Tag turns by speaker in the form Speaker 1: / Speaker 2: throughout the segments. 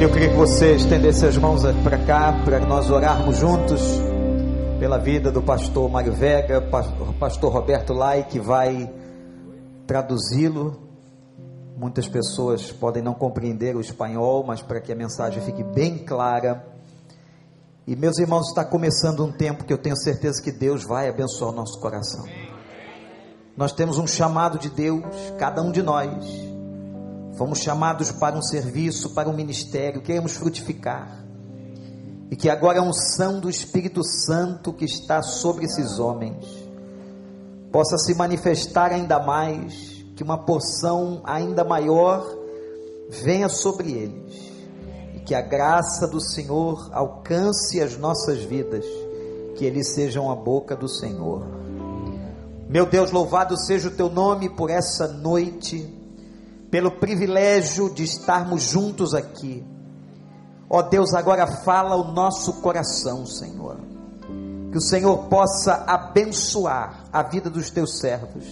Speaker 1: Eu queria que você estendesse as mãos para cá, para nós orarmos juntos pela vida do pastor Mário Vega, pastor Roberto Lai, que vai traduzi-lo. Muitas pessoas podem não compreender o espanhol, mas para que a mensagem fique bem clara. E meus irmãos, está começando um tempo que eu tenho certeza que Deus vai abençoar o nosso coração. Nós temos um chamado de Deus, cada um de nós. Fomos chamados para um serviço, para um ministério, queremos frutificar. E que agora é a unção do Espírito Santo que está sobre esses homens possa se manifestar ainda mais, que uma porção ainda maior venha sobre eles que a graça do Senhor alcance as nossas vidas, que eles sejam a boca do Senhor. Meu Deus, louvado seja o teu nome por essa noite, pelo privilégio de estarmos juntos aqui. Ó Deus, agora fala o nosso coração, Senhor. Que o Senhor possa abençoar a vida dos teus servos.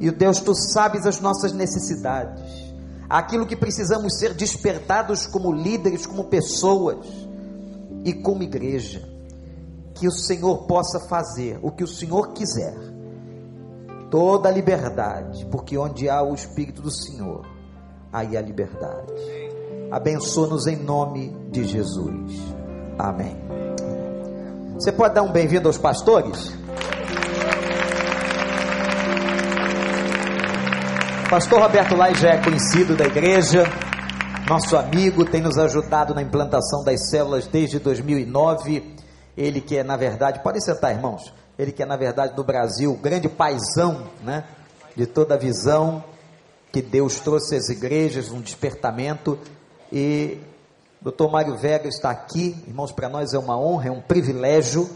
Speaker 1: E Deus, tu sabes as nossas necessidades aquilo que precisamos ser despertados como líderes, como pessoas e como igreja. Que o Senhor possa fazer o que o Senhor quiser, toda a liberdade, porque onde há o Espírito do Senhor, aí há liberdade. Abençoa-nos em nome de Jesus. Amém. Você pode dar um bem-vindo aos pastores? Pastor Roberto Lai já é conhecido da igreja, nosso amigo, tem nos ajudado na implantação das células desde 2009. Ele que é, na verdade, pode sentar, irmãos, ele que é, na verdade, do Brasil, grande paisão, né? De toda a visão que Deus trouxe às igrejas, um despertamento. E doutor Mário Vega está aqui, irmãos, para nós é uma honra, é um privilégio,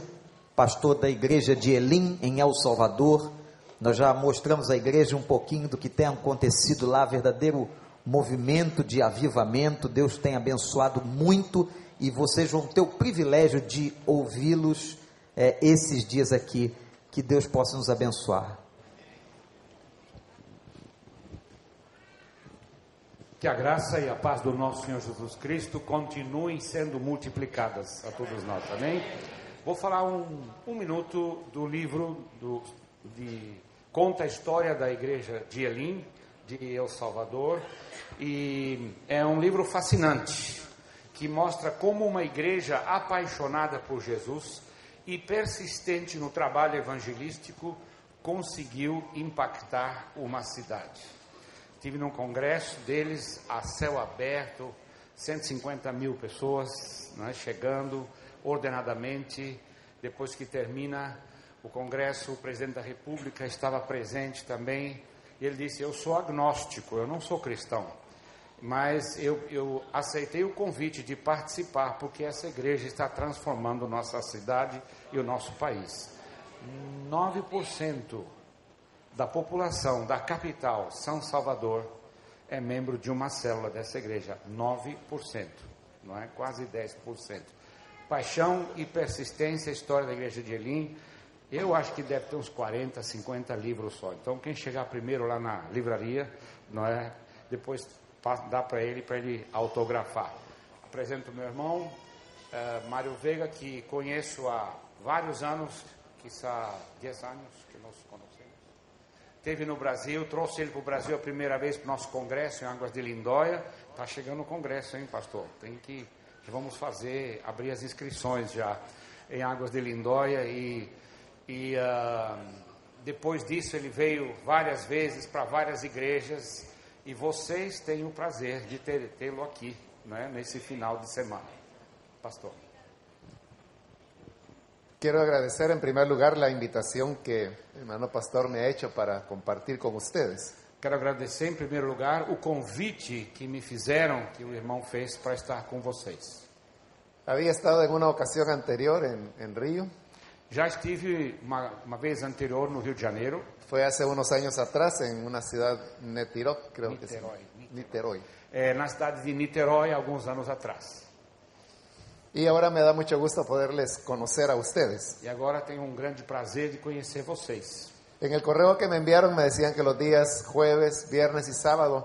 Speaker 1: pastor da igreja de Elim, em El Salvador. Nós já mostramos à igreja um pouquinho do que tem acontecido lá, verdadeiro movimento de avivamento. Deus tem abençoado muito e vocês vão ter o privilégio de ouvi-los é, esses dias aqui. Que Deus possa nos abençoar.
Speaker 2: Que a graça e a paz do nosso Senhor Jesus Cristo continuem sendo multiplicadas a todos nós, amém? Vou falar um, um minuto do livro do, de conta a história da igreja de Elim, de El Salvador, e é um livro fascinante que mostra como uma igreja apaixonada por Jesus e persistente no trabalho evangelístico conseguiu impactar uma cidade. Tive num congresso deles a céu aberto, 150 mil pessoas né, chegando ordenadamente. Depois que termina, o Congresso, o presidente da República estava presente também. Ele disse: Eu sou agnóstico, eu não sou cristão, mas eu, eu, aceitei o convite de participar porque essa igreja está transformando nossa cidade e o nosso país. 9% da população da capital, São Salvador, é membro de uma célula dessa igreja. 9%, não é? Quase 10%. Paixão e persistência, história da igreja de Elim. Eu acho que deve ter uns 40, 50 livros só. Então, quem chegar primeiro lá na livraria, não é? depois dá para ele, para ele autografar. Apresento meu irmão, eh, Mário Vega, que conheço há vários anos, quizá 10 anos que nós conhecemos. Teve no Brasil, trouxe ele para o Brasil a primeira vez para o nosso congresso em Águas de Lindóia. Está chegando o congresso, hein, pastor? Tem que, que vamos fazer, abrir as inscrições já em Águas de Lindóia e... E uh, depois disso ele veio várias vezes para várias igrejas. E vocês têm o prazer de tê-lo aqui, né, nesse final de semana. Pastor.
Speaker 3: Quiero agradecer en primer lugar la invitación que mi hermano pastor me ha hecho para compartir con ustedes.
Speaker 2: Quero agradecer em primeiro lugar o convite que me fizeram, que o irmão fez para estar com vocês.
Speaker 3: Había estado en una ocasión anterior en, en Río,
Speaker 2: Já estive uma, uma, vez anterior no Rio de Janeiro.
Speaker 3: Foi há uns anos atrás em uma cidade, Niterói, creio
Speaker 2: Niterói,
Speaker 3: que se Niterói.
Speaker 2: É, na cidade de Niterói, alguns anos atrás.
Speaker 3: E agora me dá muito gosto poderles conhecer a vocês.
Speaker 2: E agora tenho um grande prazer de conhecer vocês.
Speaker 3: Em el correo que me enviaram me diziam que os dias jueves, viernes e sábado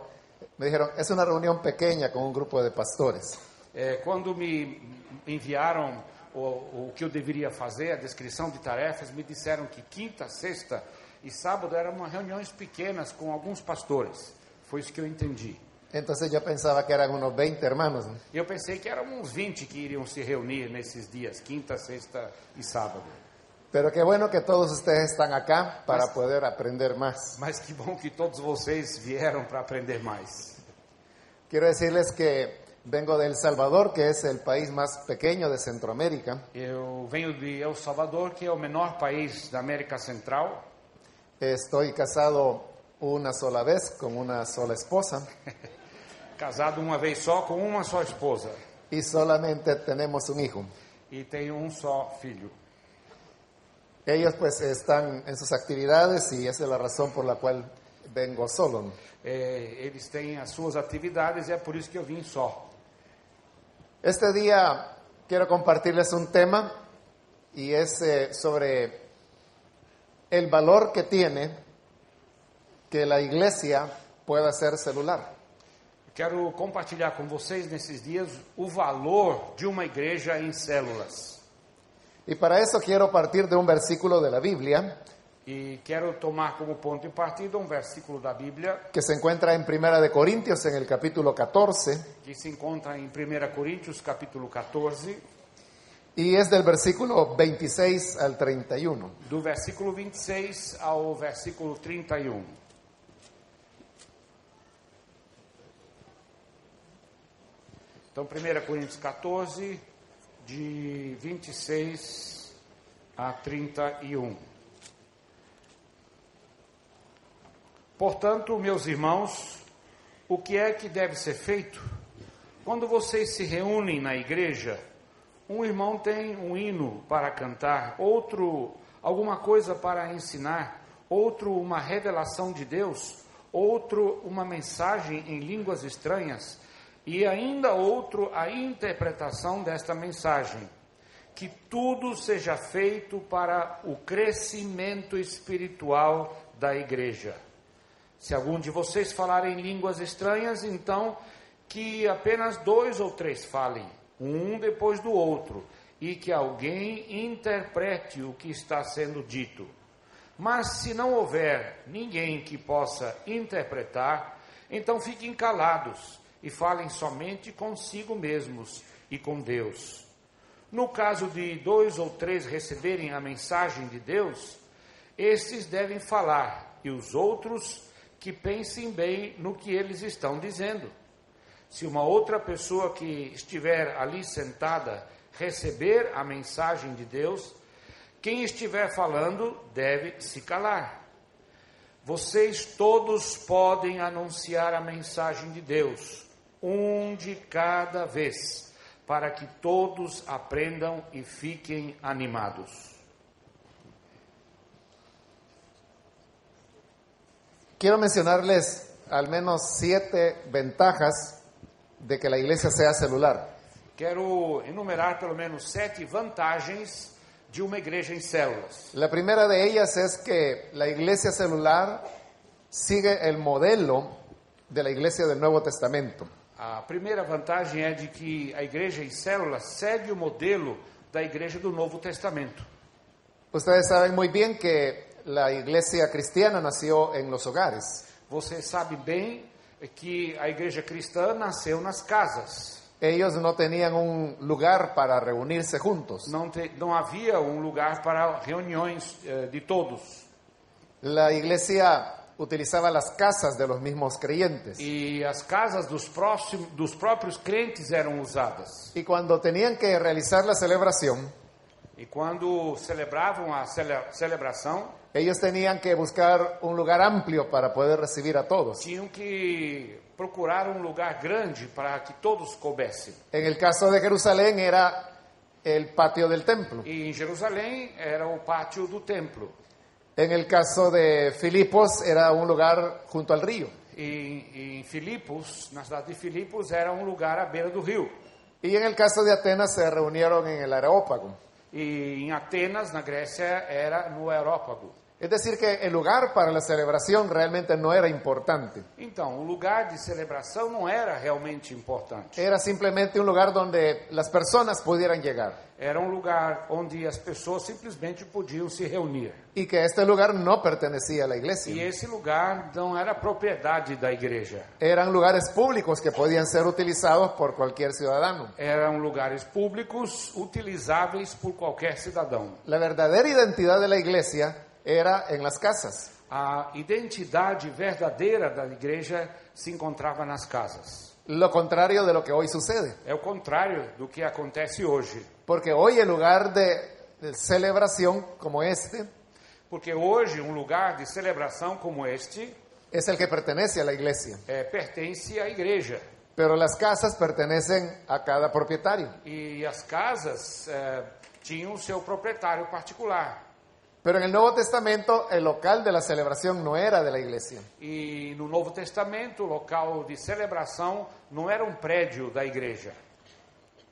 Speaker 3: Me dijeron, es una reunión pequeña con un grupo de pastores.
Speaker 2: É, quando me enviaram o, o que eu deveria fazer, a descrição de tarefas, me disseram que quinta, sexta e sábado eram reuniões pequenas com alguns pastores. Foi isso que eu entendi.
Speaker 3: Entonces yo pensaba que eran unos 20 hermanos. ¿no?
Speaker 2: Eu pensei que eram uns 20 que iriam se reunir nesses dias, quinta, sexta e sábado.
Speaker 3: Pero qué bueno que todos ustedes están acá para poder aprender más.
Speaker 2: Mas que bom que todos vocês vieram para aprender mais.
Speaker 3: Quiero decirles que vengo de El Salvador, que es el país más pequeño de Centroamérica.
Speaker 2: Eu venho de El Salvador, que é o menor país da América Central.
Speaker 3: Estoy casado una sola vez con una sola esposa
Speaker 2: Casado uma vez só com uma só esposa
Speaker 3: y solamente tenemos un hijo.
Speaker 2: e tenho um só filho.
Speaker 3: Ellos pues están en sus actividades y esa es la razón por la cual vengo solo. ¿no?
Speaker 2: É, eles têm as suas atividades e é por isso que eu vim só.
Speaker 3: Este día quiero compartirles un tema y es eh, sobre el valor que tiene que la iglesia pueda ser celular.
Speaker 2: Quero compartilhar com vocês nesses dias o valor de uma igreja em células.
Speaker 3: Y para eso quiero partir de un versículo de la Biblia
Speaker 2: E quero tomar como ponto de partida um versículo da Bíblia
Speaker 3: que se encuentra en Primera de Corintios en el capítulo 14
Speaker 2: que se encontra em 1 Coríntios, capítulo 14,
Speaker 3: y es del versículo 26 al 31.
Speaker 2: do versículo 26 ao versículo 31. Então, 1 Coríntios 14, de 26 a 31. Portanto, meus irmãos, o que é que deve ser feito? Quando vocês se reúnem na igreja, um irmão tem um hino para cantar, outro alguma coisa para ensinar, outro uma revelação de Deus, outro uma mensagem em línguas estranhas e ainda outro a interpretação desta mensagem. Que tudo seja feito para o crescimento espiritual da igreja. Se algum de vocês falar em línguas estranhas, então que apenas dois ou três falem, um depois do outro, e que alguém interprete o que está sendo dito. Mas se não houver ninguém que possa interpretar, então fiquem calados e falem somente consigo mesmos e com Deus. No caso de dois ou três receberem a mensagem de Deus, estes devem falar e os outros que pensem bem no que eles estão dizendo. Se uma outra pessoa que estiver ali sentada receber a mensagem de Deus, quem estiver falando deve se calar. Vocês todos podem anunciar a mensagem de Deus, um de cada vez, para que todos aprendam e fiquem animados.
Speaker 3: Quiero mencionarles al menos siete ventajas de que la iglesia sea celular.
Speaker 2: Quero enumerar pelo menos sete vantagens de uma igreja em células.
Speaker 3: La primera de ellas es que la iglesia celular sigue el modelo de la iglesia del Nuevo Testamento.
Speaker 2: A primeira vantagem é de que a igreja em células segue o modelo da igreja do Novo Testamento.
Speaker 3: Ustedes saben muy bien que la iglesia cristiana nació en los hogares.
Speaker 2: Você sabe bem que a igreja cristã nasceu nas casas.
Speaker 3: Ellos no tenían un lugar para reunirse juntos.
Speaker 2: Não, te, não havia um lugar para reuniões eh, de todos.
Speaker 3: La iglesia utilizaba las casas de los mismos creyentes.
Speaker 2: E as casas dos, próximos, dos próprios crentes eram usadas.
Speaker 3: Y cuando tenían que realizar la celebración,
Speaker 2: E quando celebravam a cele, celebração,
Speaker 3: ellos tenían que buscar un lugar amplio para poder recibir a todos.
Speaker 2: tinham que procurar um lugar grande para que todos coubessem.
Speaker 3: En el caso de Jerusalén era el patio del templo.
Speaker 2: E em Jerusalém era o pátio do templo.
Speaker 3: En el caso de Filipos era un lugar junto al río.
Speaker 2: E em Filipos, na cidade de Filipos, era um lugar à beira do rio.
Speaker 3: Y en el caso de Atenas se reunieron en el Areópago.
Speaker 2: E em Atenas, na Grécia, era no Aerópago.
Speaker 3: Es decir, que el lugar para la celebración realmente no era importante.
Speaker 2: Então, o lugar de celebração não era realmente importante.
Speaker 3: Era simplemente un lugar donde las personas pudieran llegar
Speaker 2: Era um lugar onde as pessoas simplesmente podiam se reunir.
Speaker 3: y que este lugar no pertenecía a la
Speaker 2: E
Speaker 3: iglesia.
Speaker 2: esse lugar não era propriedade da igreja.
Speaker 3: Eran lugares públicos que podían ser utilizados por cualquier ciudadano.
Speaker 2: Eram lugares públicos utilizáveis por qualquer cidadão.
Speaker 3: La verdadera identidad de la iglesia era en las casas.
Speaker 2: A identidade verdadeira da igreja se encontrava nas casas.
Speaker 3: Lo contrario de lo que hoy sucede.
Speaker 2: É o contrário do que acontece hoje.
Speaker 3: Porque hoy el lugar de, de celebración como este
Speaker 2: Porque hoje um lugar de celebração como este
Speaker 3: es el que pertenece a la iglesia.
Speaker 2: eh, pertence à igreja.
Speaker 3: Pero las casas pertenecen a cada propietario.
Speaker 2: E as casas eh, tinham o seu proprietário particular.
Speaker 3: Pero en el Nuevo Testamento el local de la celebración no era de la iglesia.
Speaker 2: E no Novo Testamento, o local de celebração não era um prédio da igreja.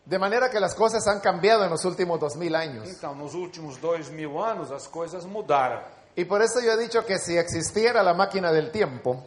Speaker 3: De manera que las cosas han cambiado en los últimos dos mil años.
Speaker 2: Então, nos últimos dois mil anos, as coisas mudaram.
Speaker 3: Y por eso yo he dicho que si existiera la máquina del tiempo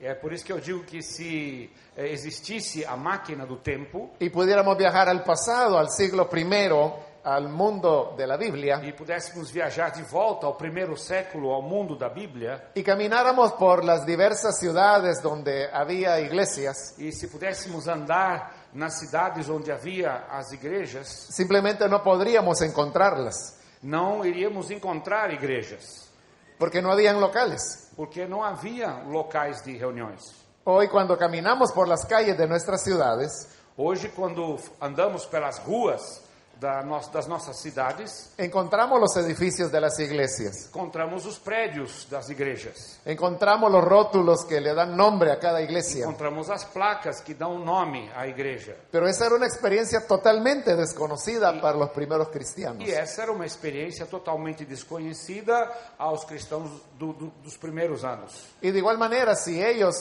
Speaker 2: E é por isso que eu digo que se eh, existisse a máquina do tempo
Speaker 3: y pudiéramos viajar al pasado, al siglo primero, al mundo de la Biblia,
Speaker 2: e pudéssemos viajar de volta ao primeiro século, ao mundo da Bíblia,
Speaker 3: y camináramos por las diversas ciudades donde había iglesias,
Speaker 2: e se pudéssemos andar nas cidades onde havia as igrejas,
Speaker 3: simplemente no podríamos encontrarlas,
Speaker 2: não iríamos encontrar igrejas,
Speaker 3: porque no habían locales.
Speaker 2: porque não havia locais de reuniões.
Speaker 3: Hoy cuando caminamos por las calles de nuestras ciudades,
Speaker 2: Hoje, quando andamos pelas ruas da nos- das nossas cidades,
Speaker 3: encontramos los edificios de las iglesias.
Speaker 2: encontramos os prédios das igrejas,
Speaker 3: Encontramos los rótulos que le dan nombre a cada iglesia.
Speaker 2: encontramos as placas que dão nome à igreja.
Speaker 3: Pero esa era una experiencia totalmente desconocida para los primeros cristianos.
Speaker 2: E essa era uma experiência totalmente desconhecida aos cristãos do- do- dos primeiros anos.
Speaker 3: Y de igual manera, si ellos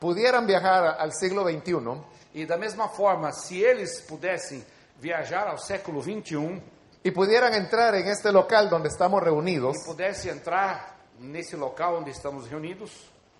Speaker 3: pudieran viajar al siglo XXI,
Speaker 2: E da mesma forma, se eles pudessem viajar ao século 21
Speaker 3: y pudieran entrar en este local donde estamos
Speaker 2: e
Speaker 3: reunidos,
Speaker 2: pudessem entrar nesse local onde estamos reunidos,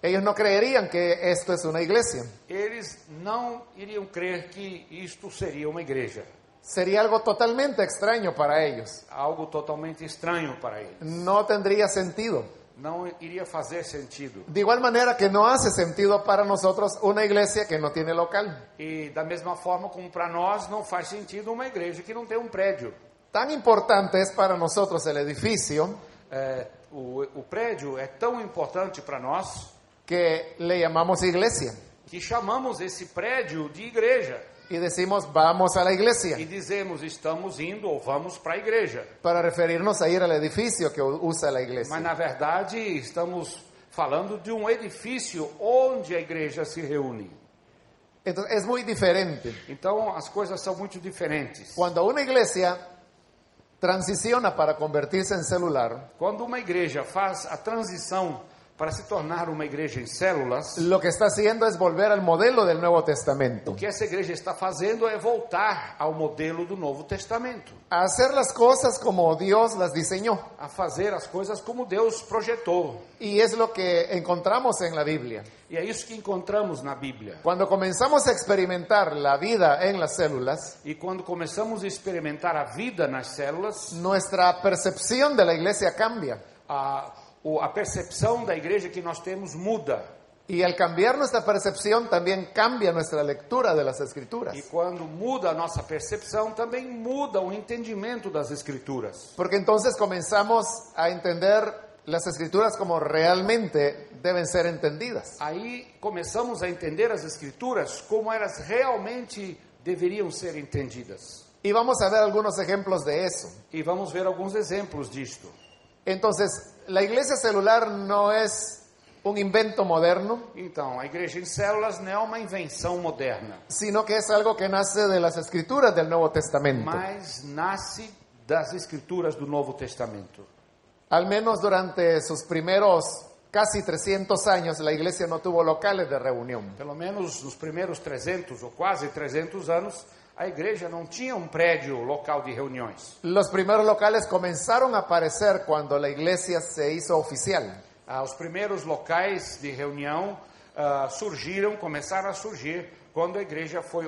Speaker 3: ellos no creerían que esto es una iglesia.
Speaker 2: eles não iriam crer que isto seria uma igreja.
Speaker 3: Sería algo totalmente extraño para ellos.
Speaker 2: algo totalmente estranho para ele.
Speaker 3: No tendría sentido.
Speaker 2: Não iria fazer sentido.
Speaker 3: De igual manera que no hace sentido para nosotros una iglesia que no tiene local.
Speaker 2: E da mesma forma como para nós não faz sentido uma igreja que não tem um prédio.
Speaker 3: Tan importante es para nosotros el edificio
Speaker 2: É, o, o prédio é tão importante para nós
Speaker 3: que le llamamos iglesia
Speaker 2: que chamamos esse prédio de igreja
Speaker 3: y decimos vamos a la iglesia
Speaker 2: e dizemos estamos indo ou vamos para a igreja.
Speaker 3: para referirnos a ir al edificio que u- usa la
Speaker 2: Mas
Speaker 3: iglesia.
Speaker 2: na verdade estamos falando de um edifício onde a igreja se reúne.
Speaker 3: Entonces es muy diferente.
Speaker 2: Então as coisas são muito diferentes.
Speaker 3: Cuando una iglesia transiciona para convertirse en celular,
Speaker 2: Quando uma igreja faz a transição para se tornar uma igreja em células,
Speaker 3: lo que está haciendo es volver al modelo del Nuevo Testamento,
Speaker 2: o que essa igreja está fazendo é voltar ao modelo do Novo Testamento,
Speaker 3: a hacer las cosas como Dios las diseñó.
Speaker 2: a fazer as coisas como Deus projetou.
Speaker 3: Y es lo que encontramos en la Biblia.
Speaker 2: E é isso que encontramos na Bíblia.
Speaker 3: Cuando comenzamos a experimentar la vida en las células,
Speaker 2: E quando começamos a experimentar a vida nas células,
Speaker 3: nuestra percepción de la iglesia cambia.
Speaker 2: a, o- a percepção da igreja que nós temos muda.
Speaker 3: Y al cambiar nuestra percepción también cambia nuestra lectura de las escrituras.
Speaker 2: E quando muda a nossa percepção, também muda o entendimento das Escrituras.
Speaker 3: Porque entonces comenzamos a entender las escrituras como realmente deben ser entendidas.
Speaker 2: Aí começamos a entender as Escrituras como elas realmente deveriam ser entendidas.
Speaker 3: Y vamos a ver algunos ejemplos de eso.
Speaker 2: E vamos ver alguns exemplos disto.
Speaker 3: Entonces, la iglesia celular no es un invento moderno,
Speaker 2: Então, a igreja em células não é uma invenção moderna,
Speaker 3: sino que es algo que nace de las escrituras del Nuevo Testamento.
Speaker 2: mas nasce das Escrituras do Novo Testamento.
Speaker 3: Al menos durante sus primeros casi 300 años la iglesia no tuvo locales de reunión.
Speaker 2: Pelo menos nos primeiros 300 ou quase 300 anos, a igreja não tinha um prédio local de reuniões.
Speaker 3: Los primeros locales comenzaron a aparecer cuando la iglesia se hizo oficial.
Speaker 2: Ah, os primeiros locais de reunião ah, surgiram, começaram a surgir quando a igreja foi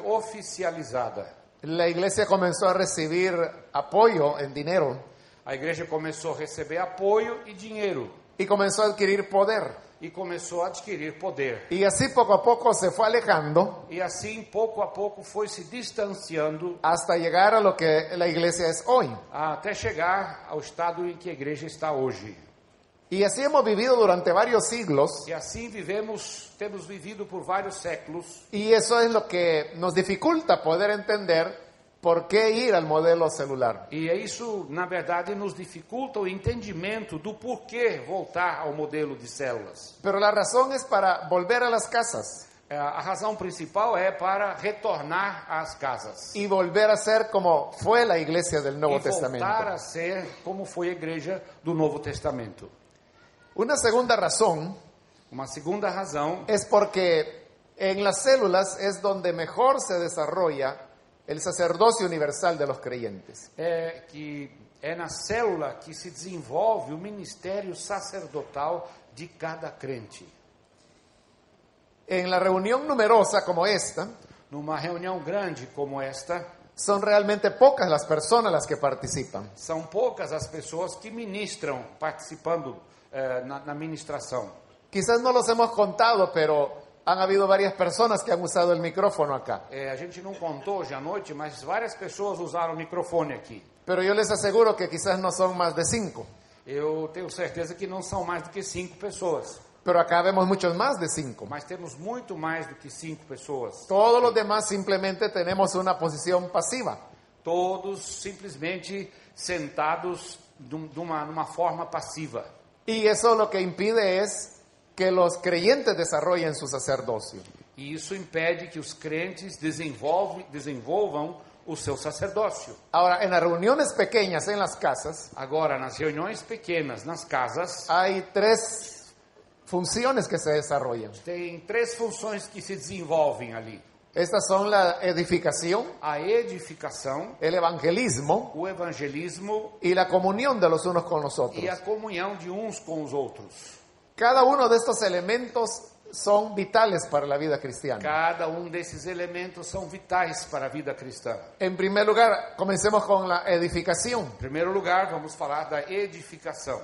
Speaker 2: oficializada.
Speaker 3: La iglesia comenzó a recibir apoyo en dinero
Speaker 2: A igreja começou a receber apoio e dinheiro
Speaker 3: y comenzó a adquirir poder.
Speaker 2: e começou a adquirir poder.
Speaker 3: Y así poco a poco se fue alejando
Speaker 2: E assim, pouco a pouco, foi se distanciando
Speaker 3: hasta llegar a lo que la iglesia es hoy.
Speaker 2: até chegar ao estado em que a igreja está hoje.
Speaker 3: Y así hemos vivido durante varios siglos
Speaker 2: E assim vivemos, temos vivido por vários séculos,
Speaker 3: y eso es lo que nos dificulta poder entender por qué ir al modelo celular.
Speaker 2: e é isso, na verdade, nos dificulta o entendimento do porquê voltar ao modelo de células.
Speaker 3: Pero la razón es para volver a las casas
Speaker 2: É, A razão principal é para retornar às casas
Speaker 3: y volver a ser como fue la iglesia del
Speaker 2: e
Speaker 3: Nuevo
Speaker 2: voltar a
Speaker 3: É Testamento.
Speaker 2: ser como foi a igreja do Novo Testamento.
Speaker 3: Una segunda razón
Speaker 2: Uma segunda razão
Speaker 3: es porque en las células es donde mejor se desarrolla el sacerdocio universal de los creyentes.
Speaker 2: é que é na célula que se desenvolve o ministério sacerdotal de cada crente.
Speaker 3: En la reunión numerosa como esta,
Speaker 2: Numa reunião grande como esta,
Speaker 3: son realmente pocas las personas las que participan.
Speaker 2: São poucas as pessoas que ministram, participando eh, na, na ministração.
Speaker 3: Quizás no los hemos contado, pero han habido varias personas que han usado el micrófono acá.
Speaker 2: Eh, a gente não contou hoje à noite, mas várias pessoas usaram o microfone aqui.
Speaker 3: Pero yo les aseguro que quizás no son más de cinco.
Speaker 2: Eu tenho certeza que não são mais do que cinco pessoas,
Speaker 3: Pero acá vemos muchos más de cinco.
Speaker 2: mas temos muito mais do que cinco pessoas.
Speaker 3: Todos los demás simplemente tenemos una posición pasiva.
Speaker 2: Todos simplesmente sentados num- numa, numa forma passiva.
Speaker 3: Y eso lo que impide es que los creyentes desarrollen su sacerdocio.
Speaker 2: E isso impede que os crentes desenvolve, desenvolvam o seu sacerdócio.
Speaker 3: Ahora, en las reuniones pequeñas en las casas
Speaker 2: Agora, nas reuniões pequenas, nas casas,
Speaker 3: hay tres funciones que se desarrollan.
Speaker 2: Tem três funções que se desenvolvem ali:
Speaker 3: Estas son la edificación,
Speaker 2: a edificação,
Speaker 3: el evangelismo
Speaker 2: o evangelismo
Speaker 3: y la comunión de los unos con los otros.
Speaker 2: e a comunhão de uns com os outros.
Speaker 3: Cada uno de estos elementos son vitales para la vida cristiana.
Speaker 2: Cada um desses elementos são vitais para a vida cristã.
Speaker 3: En primer lugar, comencemos con la edificación.
Speaker 2: Em primeiro lugar, vamos falar da edificação.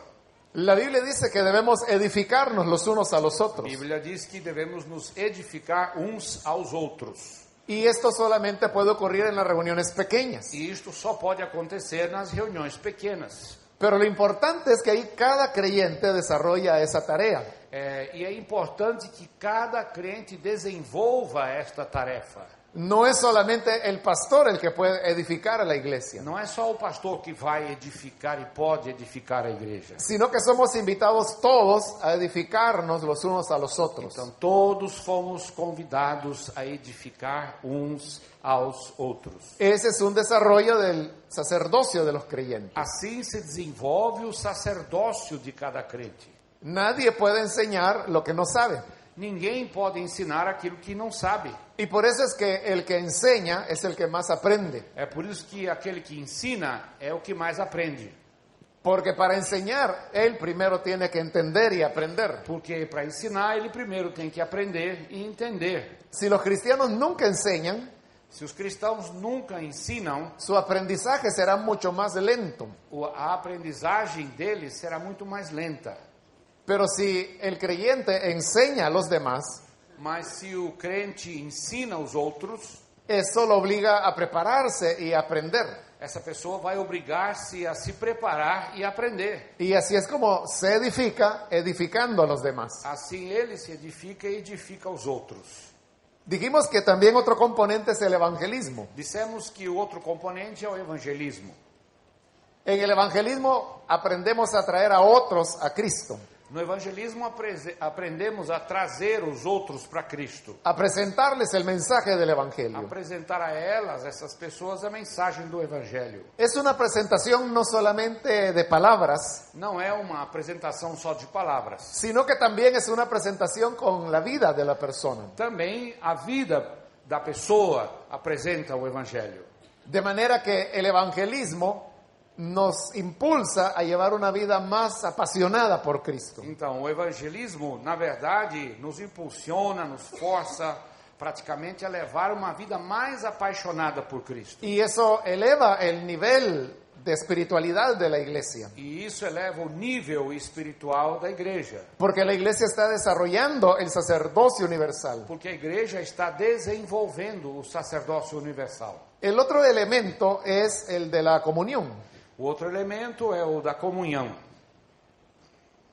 Speaker 3: La Biblia dice que debemos edificarnos los unos a los
Speaker 2: A
Speaker 3: otros.
Speaker 2: Bíblia diz que devemos nos edificar uns aos outros.
Speaker 3: Y esto solamente puede ocurrir en las reuniones pequeñas.
Speaker 2: E isto só pode acontecer nas reuniões pequenas.
Speaker 3: Pero lo importante es que ahí cada creyente desarrolla esa tarea.
Speaker 2: É, e é importante que cada crente desenvolva esta tarefa.
Speaker 3: No es solamente el pastor el que puede edificar a la iglesia,
Speaker 2: Não é só o pastor que vai edificar e pode edificar a igreja.
Speaker 3: sino que somos invitados todos a edificarnos los unos a los otros.
Speaker 2: Então todos fomos convidados a edificar uns aos outros.
Speaker 3: Ese es un desarrollo del sacerdocio de los creyentes.
Speaker 2: Assim se desenvolve o sacerdócio de cada crente.
Speaker 3: Nadie puede enseñar lo que no sabe.
Speaker 2: Ninguém pode ensinar aquilo que não sabe.
Speaker 3: Y por eso es que el que enseña es el que más aprende.
Speaker 2: É por isso que aquele que ensina é o que mais aprende.
Speaker 3: Porque para enseñar, él primero tiene que entender y aprender.
Speaker 2: Porque para ensinar, ele primeiro tem que aprender e entender.
Speaker 3: Si los cristianos nunca enseñan,
Speaker 2: Se os cristãos nunca ensinam,
Speaker 3: su aprendizaje será mucho más lento.
Speaker 2: o- a aprendizagem deles será muito mais lenta.
Speaker 3: Pero si el creyente enseña a los demás,
Speaker 2: Mas se o crente ensina os outros,
Speaker 3: eso lo obliga a prepararse y a aprender.
Speaker 2: essa pessoa vai obrigar-se a se preparar e aprender.
Speaker 3: Y así es como se edifica edificando a los demás.
Speaker 2: Assim ele se edifica e edifica os outros.
Speaker 3: Dijimos que también otro componente es el evangelismo.
Speaker 2: Dissemos que o outro componente é o evangelismo.
Speaker 3: En el evangelismo aprendemos a traer a otros a Cristo.
Speaker 2: No evangelismo aprese- aprendemos a trazer os outros para Cristo,
Speaker 3: a presentarles el mensaje del Evangelio.
Speaker 2: apresentar a elas, essas pessoas, a mensagem do Evangelho.
Speaker 3: Es una presentación no solamente de palabras,
Speaker 2: Não é uma apresentação só de palavras.
Speaker 3: sino que también es una presentación con la vida de la persona.
Speaker 2: Também a vida da pessoa apresenta o Evangelho.
Speaker 3: De manera que el evangelismo nos impulsa a llevar una vida más apasionada por Cristo.
Speaker 2: Então, o evangelismo, na verdade, nos impulsiona, nos força praticamente a levar uma vida mais apaixonada por Cristo.
Speaker 3: Y eso eleva el nivel de espiritualidad de la iglesia,
Speaker 2: E isso eleva o nível espiritual da igreja,
Speaker 3: porque la iglesia está desarrollando el sacerdocio universal.
Speaker 2: porque a igreja está desenvolvendo o sacerdócio universal.
Speaker 3: El otro elemento es el de la comunión.
Speaker 2: O outro elemento é o da comunhão.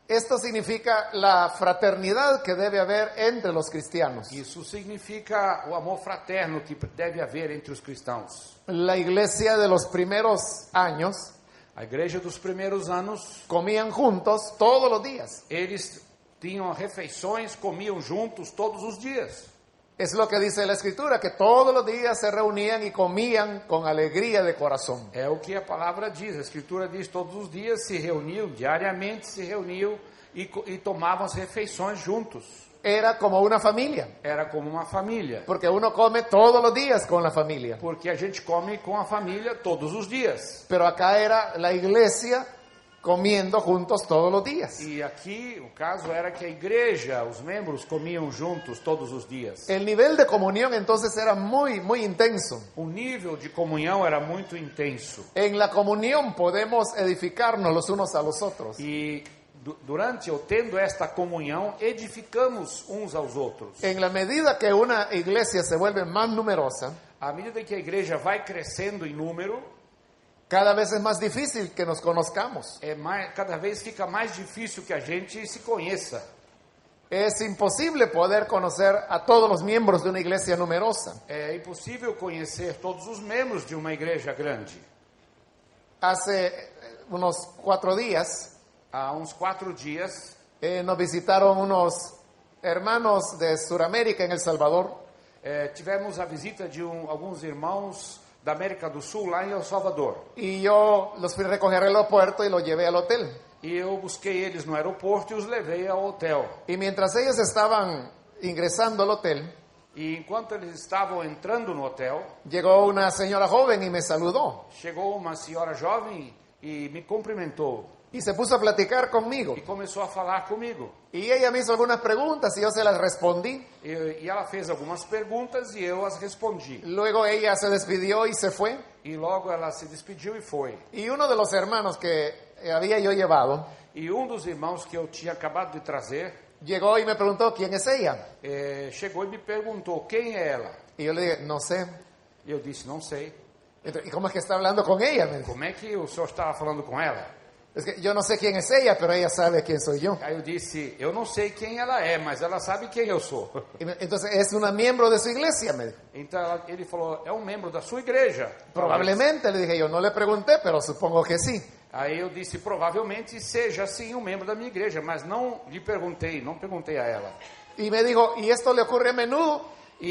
Speaker 3: Esto significa la fraternidad que debe haber entre los cristianos.
Speaker 2: Isso significa o amor fraterno que deve haver entre os cristãos.
Speaker 3: La iglesia de los primeros años
Speaker 2: A igreja dos primeiros anos,
Speaker 3: comían juntos todos los días.
Speaker 2: eles tinham refeições, comiam juntos todos os dias.
Speaker 3: Es lo que dice la escritura, que todos los días se reunían y comían con alegría de corazón.
Speaker 2: É o que a palavra diz, a escritura diz todos os dias se reuniam, diariamente se reuniam e, co- e tomavam as refeições juntos.
Speaker 3: Era como una familia,
Speaker 2: Era como uma família,
Speaker 3: porque uno come todos los días con la familia.
Speaker 2: porque a gente come com a família todos os dias.
Speaker 3: Pero acá era la iglesia comiendo juntos todos los días.
Speaker 2: E aqui o caso era que a igreja, os membros comiam juntos todos os dias.
Speaker 3: El nivel de comunión entonces era muy, muy intenso.
Speaker 2: O nível de comunhão era muito intenso.
Speaker 3: En la comunión podemos edificarnos los unos a los otros.
Speaker 2: E du- durante ou tendo esta comunhão, edificamos uns aos outros.
Speaker 3: En la medida que una iglesia se vuelve más numerosa,
Speaker 2: À medida que a igreja vai crescendo em número,
Speaker 3: cada vez es más difícil que nos conozcamos.
Speaker 2: é mais, cada vez fica mais difícil que a gente se conheça.
Speaker 3: Es imposible poder conocer a todos los miembros de una iglesia numerosa.
Speaker 2: É impossível conhecer todos os membros de uma igreja grande.
Speaker 3: Hace eh, unos cuatro días
Speaker 2: Há uns quatro dias,
Speaker 3: eh, nos visitaron unos hermanos de Sudamérica en El Salvador
Speaker 2: eh, tivemos a visita de um, alguns irmãos da América do Sul lá em El Salvador.
Speaker 3: y yo los fui a recoger al aeropuerto y los llevé al hotel.
Speaker 2: E eu busquei eles no aeroporto e os levei ao hotel.
Speaker 3: Y mientras ellos estaban ingresando al hotel,
Speaker 2: E enquanto eles estavam entrando no hotel,
Speaker 3: llegó una señora joven y me saludó
Speaker 2: chegou uma senhora jovem e me cumprimentou
Speaker 3: y se puso a platicar conmigo.
Speaker 2: e começou a falar comigo.
Speaker 3: Y ella me hizo algunas preguntas y yo se las respondí.
Speaker 2: E, e ela fez algumas perguntas e eu as respondi.
Speaker 3: Luego ella se despidió y se fue.
Speaker 2: E logo ela se despediu e foi.
Speaker 3: Y uno de los hermanos que había yo llevado
Speaker 2: E um dos irmãos que eu tinha acabado de trazer
Speaker 3: llegó y me preguntó quién es ella.
Speaker 2: eh, chegou e me perguntou quem é ela.
Speaker 3: Y yo le dije, no sé.
Speaker 2: E eu disse, não sei.
Speaker 3: Entonces, ¿Y cómo es que está hablando con ella? Me dijo.
Speaker 2: Como é que o senhor estava falando com ela?
Speaker 3: Es que yo no sé quién es ella, pero ella sabe quién soy yo.
Speaker 2: Aí eu disse, eu não sei quem ela é, mas ela sabe quem eu sou.
Speaker 3: Y me- entonces es una miembro de su iglesia, me dijo.
Speaker 2: Então ela- ele falou, é um membro da sua igreja.
Speaker 3: Probablemente, le dije yo, no le pregunté, pero supongo que sí.
Speaker 2: Aí eu disse, provavelmente seja sim um membro da minha igreja, mas não lhe perguntei, não perguntei a ela.
Speaker 3: Y me dijo, ¿y esto le ocurre a menudo?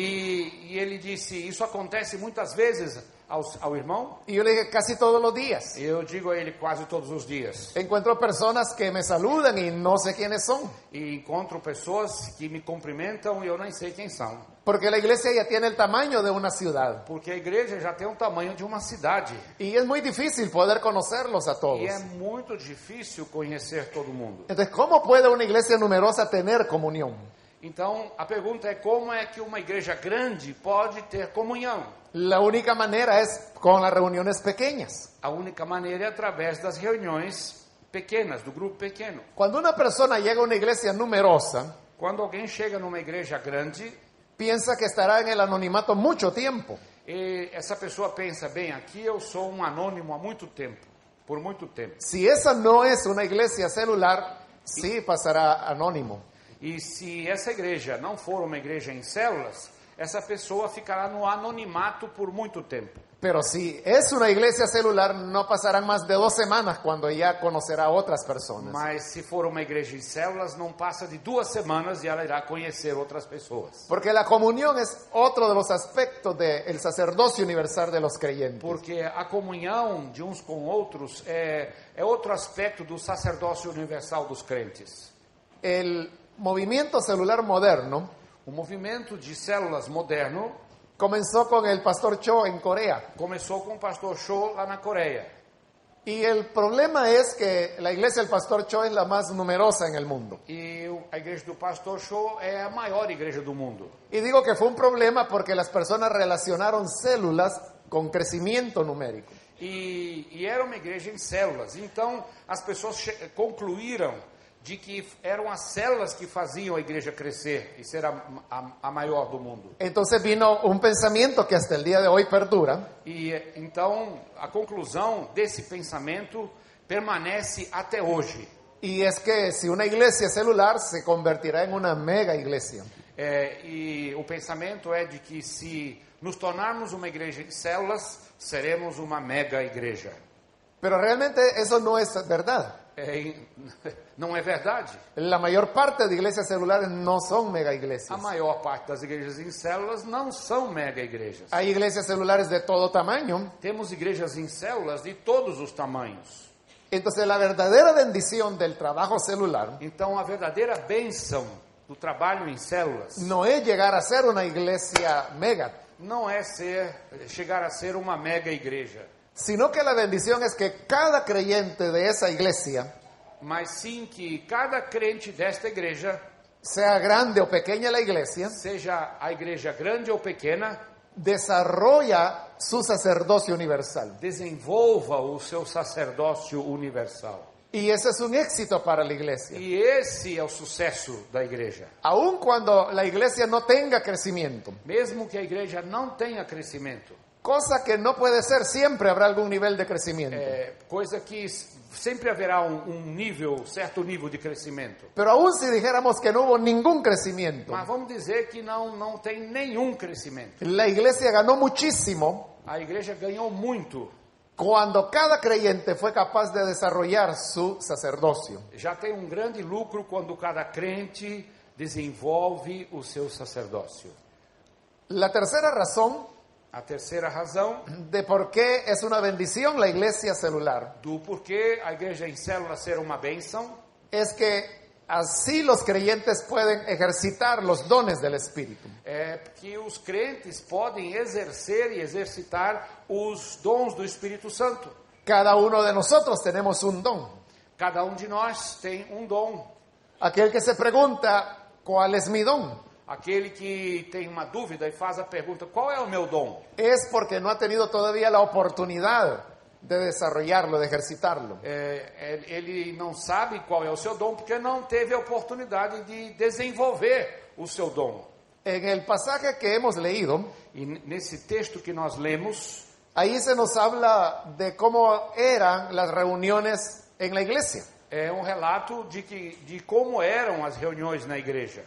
Speaker 2: E, e ele disse, isso acontece muitas vezes aos- ao irmão?
Speaker 3: Y yo le dije, casi todos los días.
Speaker 2: Eu digo a ele quase todos os dias.
Speaker 3: Encuentro personas que me saludan y no sé quiénes son.
Speaker 2: e encontro pessoas que me cumprimentam e eu nem sei quem são,
Speaker 3: Porque la iglesia ya tiene el tamaño de una ciudad.
Speaker 2: porque a igreja já tem o tamanho de uma cidade
Speaker 3: Y es muy difícil poder conocerlos a todos.
Speaker 2: e é muito difícil conhecer todo mundo.
Speaker 3: Entonces, ¿cómo puede una iglesia numerosa tener comunión?
Speaker 2: Então, a pergunta é como é que uma igreja grande pode ter comunhão?
Speaker 3: La única manera es con las reuniones pequeñas.
Speaker 2: A única maneira é através das reuniões pequenas, do grupo pequeno.
Speaker 3: Cuando una persona llega a una iglesia numerosa,
Speaker 2: Quando alguém chega numa igreja grande,
Speaker 3: piensa que estará en el anonimato mucho tiempo.
Speaker 2: e essa pessoa pensa, bem, aqui eu sou um anônimo há muito tempo, por muito tempo.
Speaker 3: Si esa no es una iglesia celular, sí pasará anónimo.
Speaker 2: E se essa igreja não for uma igreja em células, essa pessoa ficará no anonimato por muito tempo.
Speaker 3: Pero si es una iglesia celular, no pasarán más de dos semanas cuando ya conocerá a otras personas.
Speaker 2: Mas se for uma igreja em células, não passa de duas semanas e ela irá conhecer outras pessoas.
Speaker 3: Porque la comunión es otro de los aspectos del sacerdocio universal de los creyentes.
Speaker 2: Porque a comunhão de uns com outros é, é outro aspecto do sacerdócio universal dos crentes.
Speaker 3: El movimiento celular moderno
Speaker 2: O movimento de células moderno
Speaker 3: comenzó con el pastor Cho en Corea.
Speaker 2: começou com o pastor Cho lá na Coreia.
Speaker 3: Y el problema es que la iglesia del pastor Cho es la más numerosa en el mundo.
Speaker 2: E o- a igreja do pastor Cho é a maior igreja do mundo.
Speaker 3: Y digo que fue un problema porque las personas relacionaron células con crecimiento numérico.
Speaker 2: E, e era uma igreja em células. Então as pessoas che- concluíram de que f- eram as células que faziam a igreja crescer e ser a, a- a maior do mundo.
Speaker 3: Entonces vino un pensamiento que hasta el día de hoy perdura,
Speaker 2: E eh, então a conclusão desse pensamento permanece até hoje.
Speaker 3: y es que si una iglesia celular se convertirá en una mega iglesia.
Speaker 2: É, e o pensamento é de que se nos tornarmos uma igreja em células, seremos uma mega igreja.
Speaker 3: Pero realmente eso no es verdad.
Speaker 2: É, em- não é verdade?
Speaker 3: La mayor parte de iglesias celulares no son mega
Speaker 2: A
Speaker 3: iglesias.
Speaker 2: maior parte das igrejas em células não são mega igrejas.
Speaker 3: Hay iglesias celulares de todo tamaño.
Speaker 2: Temos igrejas em células de todos os tamanhos.
Speaker 3: Entonces la verdadera bendición del trabajo celular
Speaker 2: Então, a verdadeira bênção do trabalho em células
Speaker 3: no es llegar a ser una iglesia mega,
Speaker 2: não é ser, chegar a ser uma mega igreja,
Speaker 3: sino que la bendición es que cada creyente de esa iglesia,
Speaker 2: mas sim que cada crente desta igreja,
Speaker 3: sea grande o pequeña la iglesia,
Speaker 2: seja a igreja grande ou pequena,
Speaker 3: desarrolla su sacerdocio universal.
Speaker 2: desenvolva o seu sacerdócio universal.
Speaker 3: Y ese es un éxito para la iglesia.
Speaker 2: E esse é o sucesso da igreja.
Speaker 3: Aun cuando la iglesia no tenga crecimiento,
Speaker 2: Mesmo que a igreja não tenha crescimento,
Speaker 3: cosa que no puede ser, siempre habrá algún nivel de crecimiento.
Speaker 2: é, coisa que s- sempre haverá um, um nível, certo nível de crescimento.
Speaker 3: Pero aun si dijéramos que no hubo ningún crescimiento,
Speaker 2: Mas vamos dizer que não, não tem nenhum crescimento.
Speaker 3: la iglesia ganó muchísimo
Speaker 2: A igreja ganhou muito.
Speaker 3: cuando cada creyente fue capaz de desarrollar su sacerdocio.
Speaker 2: Já tem um grande lucro quando cada crente desenvolve o seu sacerdócio.
Speaker 3: La tercera razón
Speaker 2: A terceira razão
Speaker 3: de por qué es una bendición la iglesia celular
Speaker 2: do porquê a igreja em célula ser uma bênção
Speaker 3: es que así los creyentes pueden ejercitar los dones del Espíritu.
Speaker 2: é que os crentes podem exercer e exercitar os dons do Espírito Santo.
Speaker 3: Cada uno de nosotros tenemos un don.
Speaker 2: Cada um de nós tem um dom.
Speaker 3: Aquel que se pregunta, ¿cuál es mi don?
Speaker 2: Aquele que tem uma dúvida e faz a pergunta: qual é o meu dom?
Speaker 3: Es porque no ha tenido todavía la oportunidad de desarrollarlo, de ejercitarlo.
Speaker 2: É, ele- ele não sabe qual é o seu dom porque não teve a oportunidade de desenvolver o seu dom.
Speaker 3: En el pasaje que hemos leído,
Speaker 2: E n- nesse texto que nós lemos,
Speaker 3: ahí se nos habla de cómo eran las reuniones en la iglesia.
Speaker 2: é um relato de, que, de como eram as reuniões na igreja.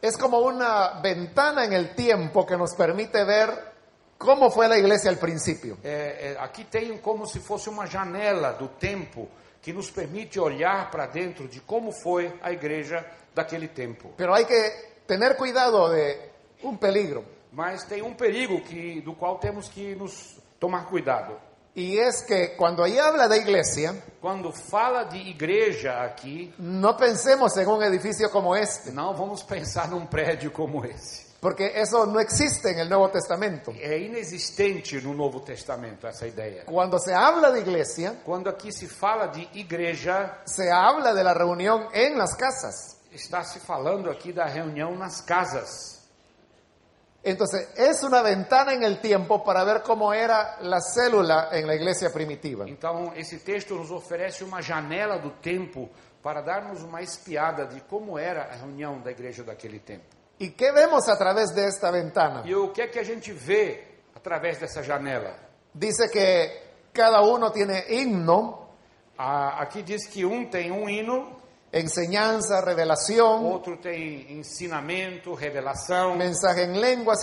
Speaker 3: Es como una ventana en el tiempo que nos permite ver cómo fue la iglesia al principio.
Speaker 2: É, é, aqui tem como se fosse uma janela do tempo que nos permite olhar para dentro de como foi a igreja daquele tempo.
Speaker 3: Pero hay que tener cuidado de un peligro.
Speaker 2: Mas tem um perigo que, do qual temos que nos tomar cuidado.
Speaker 3: Y es que cuando ahí habla de iglesia,
Speaker 2: Quando fala de igreja aqui,
Speaker 3: no pensemos en un edificio como este,
Speaker 2: não vamos pensar num prédio como esse.
Speaker 3: porque eso no existe en el Nuevo Testamento.
Speaker 2: É inexistente no Novo Testamento essa ideia.
Speaker 3: Cuando se habla de iglesia,
Speaker 2: Quando aqui se fala de igreja,
Speaker 3: se habla de la reunión en las casas.
Speaker 2: está se falando aqui da reunião nas casas.
Speaker 3: Entonces, es una ventana en el tiempo para ver cómo era la célula en la iglesia primitiva.
Speaker 2: Então, esse texto nos oferece uma janela do tempo para darmos uma espiada de como era a reunião da igreja daquele tempo.
Speaker 3: ¿Y qué vemos a través de esta ventana?
Speaker 2: E o que é que a gente vê através dessa janela?
Speaker 3: Dice que cada uno tiene himno,
Speaker 2: Ah, aqui diz que um tem um hino,
Speaker 3: enseñanza, revelación,
Speaker 2: Outro tem ensinamento, revelação,
Speaker 3: mensaje en lenguas,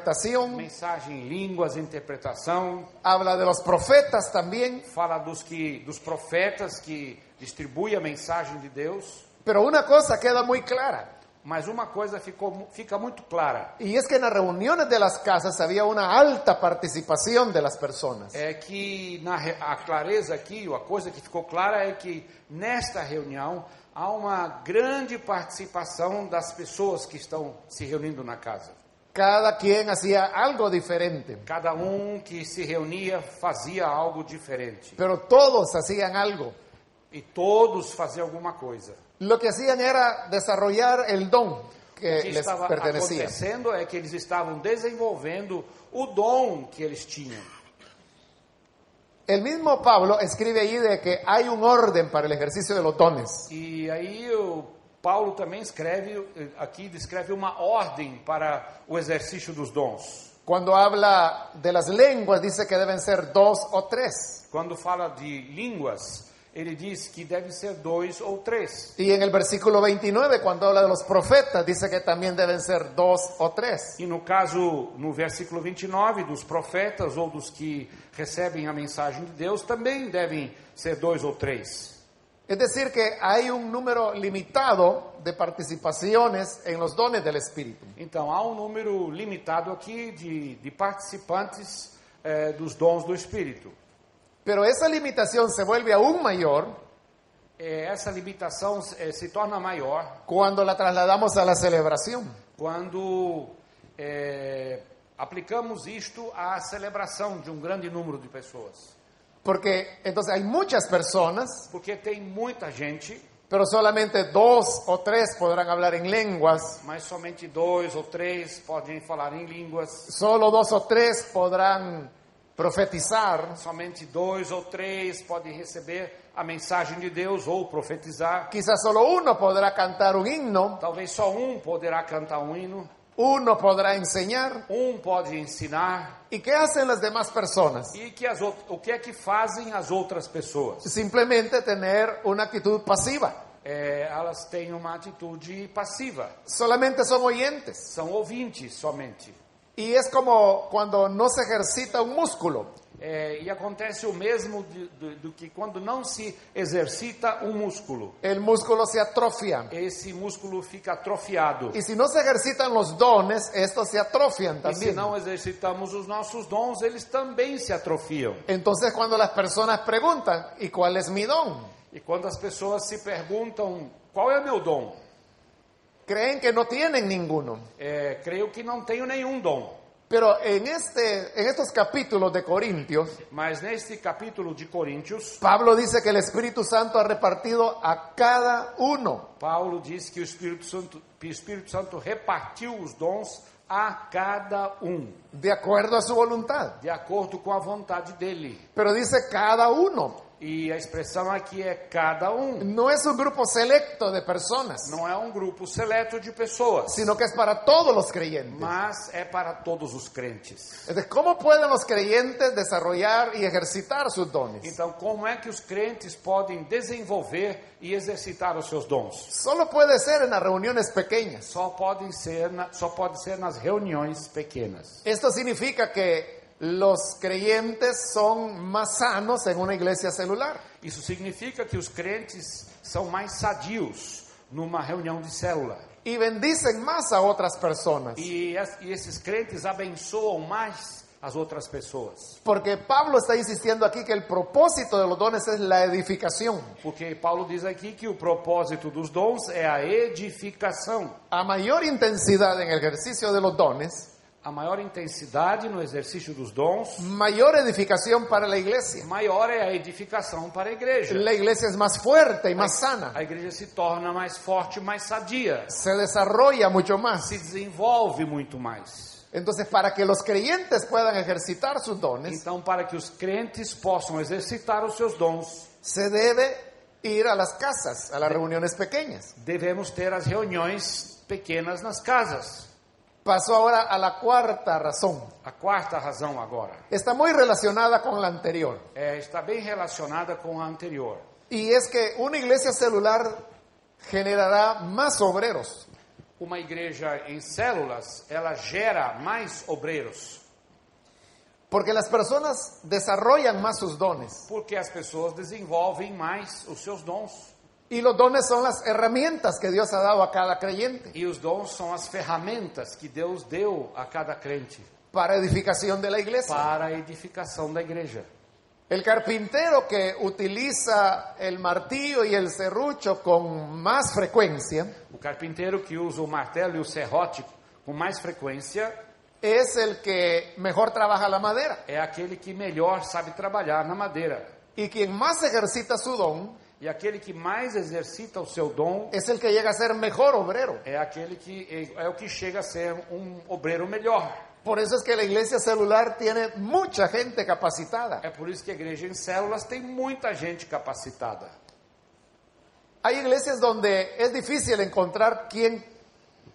Speaker 3: interpretación,
Speaker 2: mensagem em línguas, interpretação.
Speaker 3: habla de los profetas también,
Speaker 2: Fala dos que dos profetas que distribui a mensagem de Deus.
Speaker 3: pero una cosa queda muy clara,
Speaker 2: Mas uma coisa ficou, mu- fica muito clara,
Speaker 3: y es que en las reuniones de las casas había una alta participación de las personas.
Speaker 2: é que na, re- a clareza aqui, a coisa que ficou clara é que nesta reunião há uma grande participação das pessoas que estão se reunindo na casa.
Speaker 3: Cada quien hacía algo diferente,
Speaker 2: Cada um que se reunia fazia algo diferente
Speaker 3: pero todos hacían algo.
Speaker 2: e todos faziam alguma coisa.
Speaker 3: Lo que hacían era desarrollar el don
Speaker 2: O
Speaker 3: que
Speaker 2: que
Speaker 3: Eh, les
Speaker 2: estava
Speaker 3: pertenecía.
Speaker 2: acontecendo é que eles estavam desenvolvendo o dom que eles tinham.
Speaker 3: El mismo Pablo escribe ahí de que hay un orden para el ejercicio de los dones.
Speaker 2: E aí o Paulo também escreve eh, aqui descreve uma ordem para o exercício dos dons.
Speaker 3: Cuando habla de las lenguas, dice que deben ser dos o tres.
Speaker 2: Quando fala de línguas, ele diz que deve ser dois ou três.
Speaker 3: Y en el versículo 29, cuando habla de los profetas, dice que también deben ser dos o tres.
Speaker 2: E no caso, no versículo 29, dos profetas ou dos que recebem a mensagem de Deus, também devem ser dois ou três.
Speaker 3: Es decir, que hay un número limitado de participaciones en los dones del Espíritu.
Speaker 2: Então, há um número limitado aqui de, de participantes eh, dos dons do Espírito.
Speaker 3: Pero esa limitación se vuelve aún mayor
Speaker 2: Eh, essa limitação eh, se torna maior
Speaker 3: cuando la trasladamos a la celebración.
Speaker 2: quando eh, aplicamos isto à celebración de um grande número de pessoas.
Speaker 3: Porque entonces hay muchas personas
Speaker 2: Porque tem muita gente,
Speaker 3: Pero solamente dos o tres podrán hablar en lenguas,
Speaker 2: mas somente dois ou três podem falar em línguas,
Speaker 3: solo dos o tres podrán profetizar,
Speaker 2: somente dois ou três podem receber a mensagem de Deus ou profetizar.
Speaker 3: quizás solo uno podrá cantar un himno,
Speaker 2: Talvez só um poderá cantar um hino,
Speaker 3: uno podrá enseñar.
Speaker 2: um pode ensinar.
Speaker 3: ¿Y qué hacen las demás personas?
Speaker 2: E que as out- o que é que fazem as outras pessoas?
Speaker 3: Simplemente tener una actitud pasiva,
Speaker 2: Eh, elas têm uma atitude passiva,
Speaker 3: solamente son oyentes.
Speaker 2: são ouvintes somente.
Speaker 3: Y es como cuando no se ejercita un músculo.
Speaker 2: É, e acontece o mesmo de- do, do que quando não se exercita um músculo.
Speaker 3: El músculo se atrofia.
Speaker 2: Esse músculo fica atrofiado.
Speaker 3: Y si no se ejercitan los dones, estos se atrofian
Speaker 2: E se
Speaker 3: también.
Speaker 2: não exercitamos os nossos dons, eles também se atrofiam.
Speaker 3: Entonces cuando las personas preguntan, ¿y cuál es mi don?
Speaker 2: E quando as pessoas se perguntam qual é o meu dom,
Speaker 3: Creen que no tienen ninguno.
Speaker 2: é, creio que não tenho nenhum dom.
Speaker 3: Pero en, este, en estos capítulos de Corintios,
Speaker 2: Mas neste capítulo de Coríntios,
Speaker 3: Pablo dice que el Espíritu Santo ha repartido a cada uno.
Speaker 2: Paulo diz que o Espírito Santo, que o Espírito Santo repartiu os dons a cada um,
Speaker 3: de acuerdo a su voluntad.
Speaker 2: de acordo com a vontade dele.
Speaker 3: Pero dice cada uno.
Speaker 2: E a expressão aqui é cada um.
Speaker 3: No es un grupo selecto de personas,
Speaker 2: Não é um grupo seleto de pessoas,
Speaker 3: sino que es para todos los creyentes.
Speaker 2: mas é para todos os crentes.
Speaker 3: Entonces, ¿cómo pueden los creyentes desarrollar y ejercitar sus dones?
Speaker 2: Então, como é que os crentes podem desenvolver e exercitar os seus dons?
Speaker 3: Solo puede ser en las reuniones pequeñas.
Speaker 2: Só podem ser, na, só pode ser nas reuniões pequenas.
Speaker 3: Esto significa que los creyentes son más sanos en una iglesia celular.
Speaker 2: Isso significa que os crentes são mais sadios numa reunião de célula.
Speaker 3: y bendicen más a otras personas.
Speaker 2: E, es- e esses crentes abençoam mais as outras pessoas.
Speaker 3: Porque Pablo está insistiendo aquí que el propósito de los dones es la edificación.
Speaker 2: Porque Paulo diz aqui que o propósito dos dons é a edificação.
Speaker 3: A mayor intensidad en el ejercicio de los dones,
Speaker 2: A maior intensidade no exercício dos dons,
Speaker 3: mayor edificación para la iglesia.
Speaker 2: maior é a edificação para a igreja.
Speaker 3: La iglesia es más fuerte y más sana,
Speaker 2: A igreja se torna mais forte, mais sadia,
Speaker 3: se desarrolla mucho más.
Speaker 2: se desenvolve muito mais.
Speaker 3: Entonces, para que los creyentes puedan ejercitar sus dones,
Speaker 2: Então, para que os crentes possam exercitar os seus dons,
Speaker 3: se debe ir a las casas, a las reuniones pequeñas.
Speaker 2: devemos ter as reuniões pequenas nas casas.
Speaker 3: Paso ahora a la cuarta razón.
Speaker 2: A quarta razão agora
Speaker 3: Está muy relacionada con la anterior.
Speaker 2: é, está bem relacionada com a anterior.
Speaker 3: Y es que una iglesia celular generará más obreros.
Speaker 2: Uma igreja em células, ela gera mais obreiros,
Speaker 3: Porque las personas desarrollan más sus dones.
Speaker 2: porque as pessoas desenvolvem mais os seus dons.
Speaker 3: Y los dones son las herramientas que Dios ha dado a cada creyente
Speaker 2: E os dons são as ferramentas que Deus deu a cada crente
Speaker 3: para edificación de la iglesia.
Speaker 2: para a edificação da igreja.
Speaker 3: El carpintero que utiliza el martillo y el serrucho con más frecuencia
Speaker 2: O carpinteiro que usa o martelo e o serrote com mais frequência
Speaker 3: es el que mejor trabaja la madera.
Speaker 2: é aquele que melhor sabe trabalhar na madeira.
Speaker 3: Y quien más ejercita su don
Speaker 2: E aquele que mais exercita o seu dom
Speaker 3: es el que llega a ser mejor obrero.
Speaker 2: é aquele que é, é o que chega a ser um obreiro melhor.
Speaker 3: Por eso es que la iglesia celular tiene mucha gente capacitada.
Speaker 2: É por isso que a igreja em células tem muita gente capacitada.
Speaker 3: Hay iglesias donde es difícil encontrar quien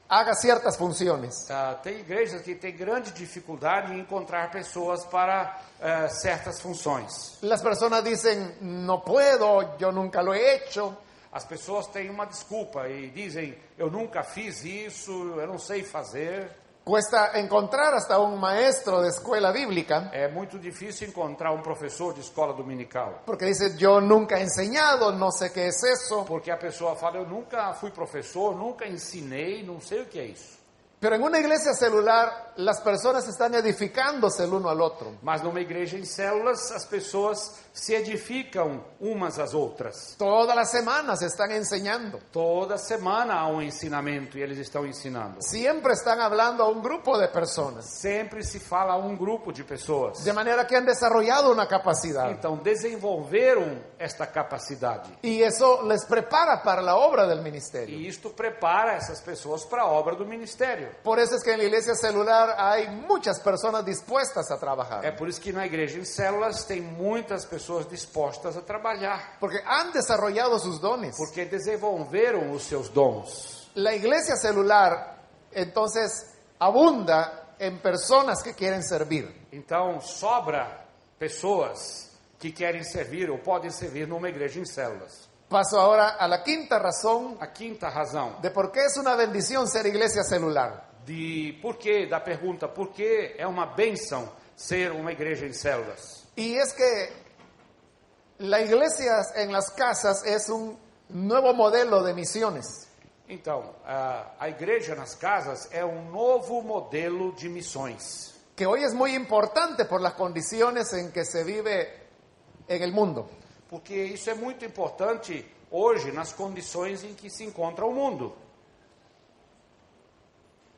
Speaker 3: haga ciertas funciones.
Speaker 2: Ah, tem igrejas que têm grande dificuldade em encontrar pessoas para ah, certas funções.
Speaker 3: Las personas dicen, no puedo, yo nunca lo he hecho.
Speaker 2: As pessoas têm uma desculpa e dizem: eu nunca fiz isso, eu não sei fazer.
Speaker 3: Cuesta encontrar hasta un maestro de escuela bíblica,
Speaker 2: É muito difícil encontrar um professor de escola dominical,
Speaker 3: porque dice, yo nunca he enseñado, no sé qué es eso.
Speaker 2: porque a pessoa fala: eu nunca fui professor, nunca ensinei, não sei o que é isso.
Speaker 3: Pero en una iglesia celular, las personas están edificándose el uno al otro.
Speaker 2: Mas numa igreja em células, as pessoas se edificam umas às outras.
Speaker 3: Todas las semanas están enseñando.
Speaker 2: Toda semana há um ensinamento e eles estão ensinando.
Speaker 3: Siempre están hablando a un grupo de personas.
Speaker 2: Sempre se fala a um grupo de pessoas.
Speaker 3: De manera que han desarrollado una capacidad.
Speaker 2: Então, desenvolveram esta capacidade.
Speaker 3: Y eso les prepara para la obra del ministerio.
Speaker 2: E isto prepara essas pessoas para a obra do ministério.
Speaker 3: Por eso es que en la iglesia celular hay muchas personas dispuestas a
Speaker 2: É
Speaker 3: trabajar.
Speaker 2: por isso que na igreja em células tem muitas pessoas dispostas a trabalhar,
Speaker 3: Porque han desarrollado sus dones.
Speaker 2: porque desenvolveram os seus dons.
Speaker 3: La iglesia celular, entonces, abunda en personas que quieren servir.
Speaker 2: Então, sobra pessoas que querem servir ou podem servir numa igreja em células.
Speaker 3: Paso ahora a la quinta razón
Speaker 2: A quinta razão
Speaker 3: de por qué es una bendición ser iglesia celular.
Speaker 2: de por que da pergunta por que é uma bênção ser uma igreja em células.
Speaker 3: Y es que la iglesia en las casas es un nuevo modelo de misiones.
Speaker 2: Então, a, a igreja nas casas é um novo modelo de missões.
Speaker 3: que hoy es muy importante por las condiciones en que se vive en el mundo.
Speaker 2: Porque isso é muito importante hoje nas condições em que se encontra o mundo.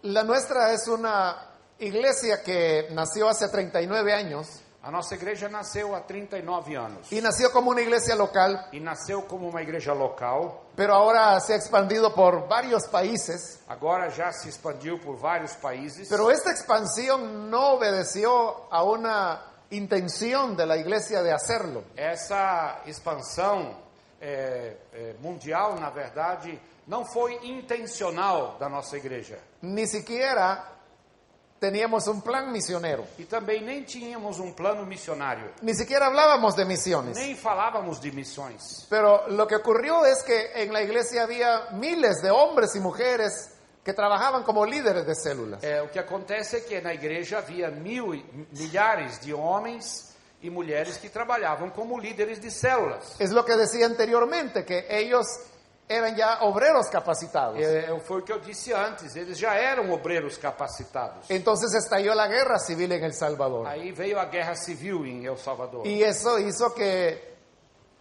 Speaker 3: La nuestra es una iglesia que nació hace 39 años
Speaker 2: A nossa igreja nasceu há 39 anos
Speaker 3: y nació como una iglesia local,
Speaker 2: e nasceu como uma igreja local,
Speaker 3: pero ahora se ha expandido por varios países.
Speaker 2: agora já se expandiu por vários países,
Speaker 3: Pero esta expansión no obedeció a una intención de la iglesia de hacerlo.
Speaker 2: essa expansão é, é, mundial, na verdade, não foi intencional da nossa igreja.
Speaker 3: Ni siquiera teníamos un plan misionero,
Speaker 2: E também nem tínhamos um plano missionário,
Speaker 3: ni siquiera hablábamos de misiones.
Speaker 2: nem falávamos de missões.
Speaker 3: Pero lo que ocurrió es que en la iglesia había miles de hombres y mujeres que trabajaban como líderes de células.
Speaker 2: É, o que acontece é que na igreja havia mil, e- milhares de homens e mulheres que trabalhavam como líderes de células.
Speaker 3: Es lo que decía anteriormente, que ellos eran ya obreros capacitados.
Speaker 2: É, foi o que eu disse antes, eles já eram obreiros capacitados.
Speaker 3: Entonces estalló la guerra civil en El Salvador.
Speaker 2: Aí veio a guerra civil em El Salvador.
Speaker 3: Y eso hizo que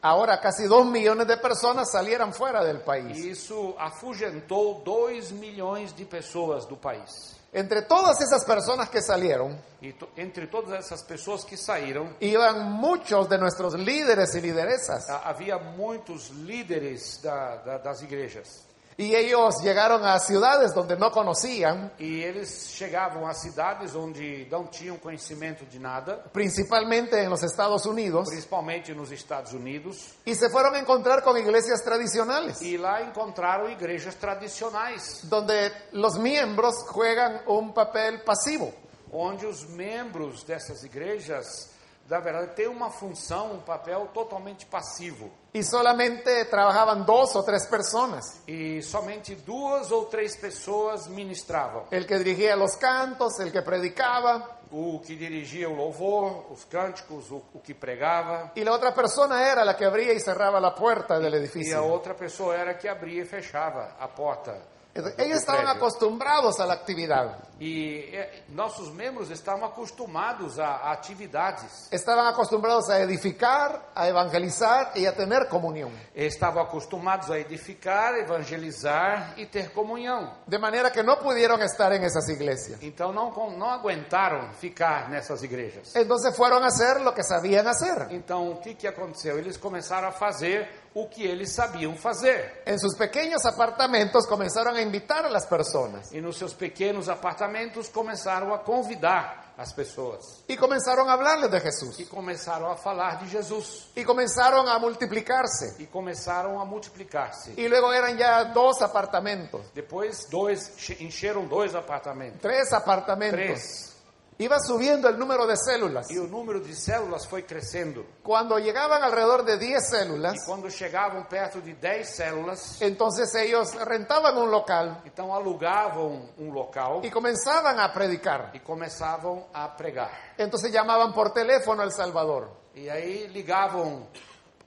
Speaker 3: ahora casi dos millones de personas salieran fuera del
Speaker 2: E
Speaker 3: país.
Speaker 2: isso afugentou 2 milhões de pessoas do país.
Speaker 3: Entre todas esas personas que salieron,
Speaker 2: E to, entre todas essas pessoas que saíram,
Speaker 3: iban muchos de nuestros líderes y lideresas.
Speaker 2: a, havia muitos líderes da, da, das igrejas.
Speaker 3: Y ellos llegaron a ciudades donde no conocían,
Speaker 2: E eles chegavam a cidades onde não tinham conhecimento de nada,
Speaker 3: principalmente en los Estados Unidos,
Speaker 2: principalmente nos Estados Unidos,
Speaker 3: y se fueron a encontrar con iglesias tradicionales,
Speaker 2: e lá encontraram igrejas tradicionais,
Speaker 3: donde los miembros juegan un papel pasivo.
Speaker 2: onde os membros dessas igrejas na verdade, tem uma função, um papel totalmente passivo.
Speaker 3: y solamente trabajaban dos o tres personas.
Speaker 2: E somente duas ou três pessoas ministravam.
Speaker 3: El que dirigía los cantos, el que predicaba,
Speaker 2: O que dirigia o louvor, os cânticos, o, o que pregava.
Speaker 3: y la otra persona era la que abría y cerraba la puerta del
Speaker 2: E a
Speaker 3: edificio.
Speaker 2: outra pessoa era que abria e fechava a porta. do- do
Speaker 3: Entonces, ellos estaban
Speaker 2: prédio.
Speaker 3: acostumbrados a la actividad,
Speaker 2: E eh, nossos membros estavam acostumados a, a atividades.
Speaker 3: estaban acostumbrados a edificar, a evangelizar y a tener comunión.
Speaker 2: Estavam acostumados a edificar, evangelizar e ter comunhão.
Speaker 3: De manera que no pudieron estar en esas iglesias.
Speaker 2: Então não, con- não aguentaram ficar nessas igrejas.
Speaker 3: Entonces fueron a hacer lo que sabían hacer.
Speaker 2: Então o que, que aconteceu? Eles começaram a fazer o que eles sabiam fazer.
Speaker 3: En sus pequeños apartamentos comenzaron a invitar a las personas
Speaker 2: E nos seus pequenos apartamentos começaram a convidar as pessoas.
Speaker 3: y comenzaron a hablarles de
Speaker 2: E
Speaker 3: Jesús
Speaker 2: começaron a falar de Jesus.
Speaker 3: y comenzaron a multiplicarse.
Speaker 2: E começaram a multiplicar-se.
Speaker 3: Y luego eran ya dos apartamentos,
Speaker 2: Depois dois, che- encheram dois apartamentos.
Speaker 3: tres apartamentos.
Speaker 2: Três.
Speaker 3: Iba subiendo el número de células.
Speaker 2: E o número de células foi crescendo.
Speaker 3: Cuando llegaban alrededor de 10
Speaker 2: E
Speaker 3: células,
Speaker 2: quando chegavam perto de 10 células,
Speaker 3: entonces ellos rentaban un local
Speaker 2: então alugavam um local
Speaker 3: y comenzaban a predicar.
Speaker 2: e começavam a pregar.
Speaker 3: Entonces llamaban por teléfono a El Salvador
Speaker 2: E aí ligavam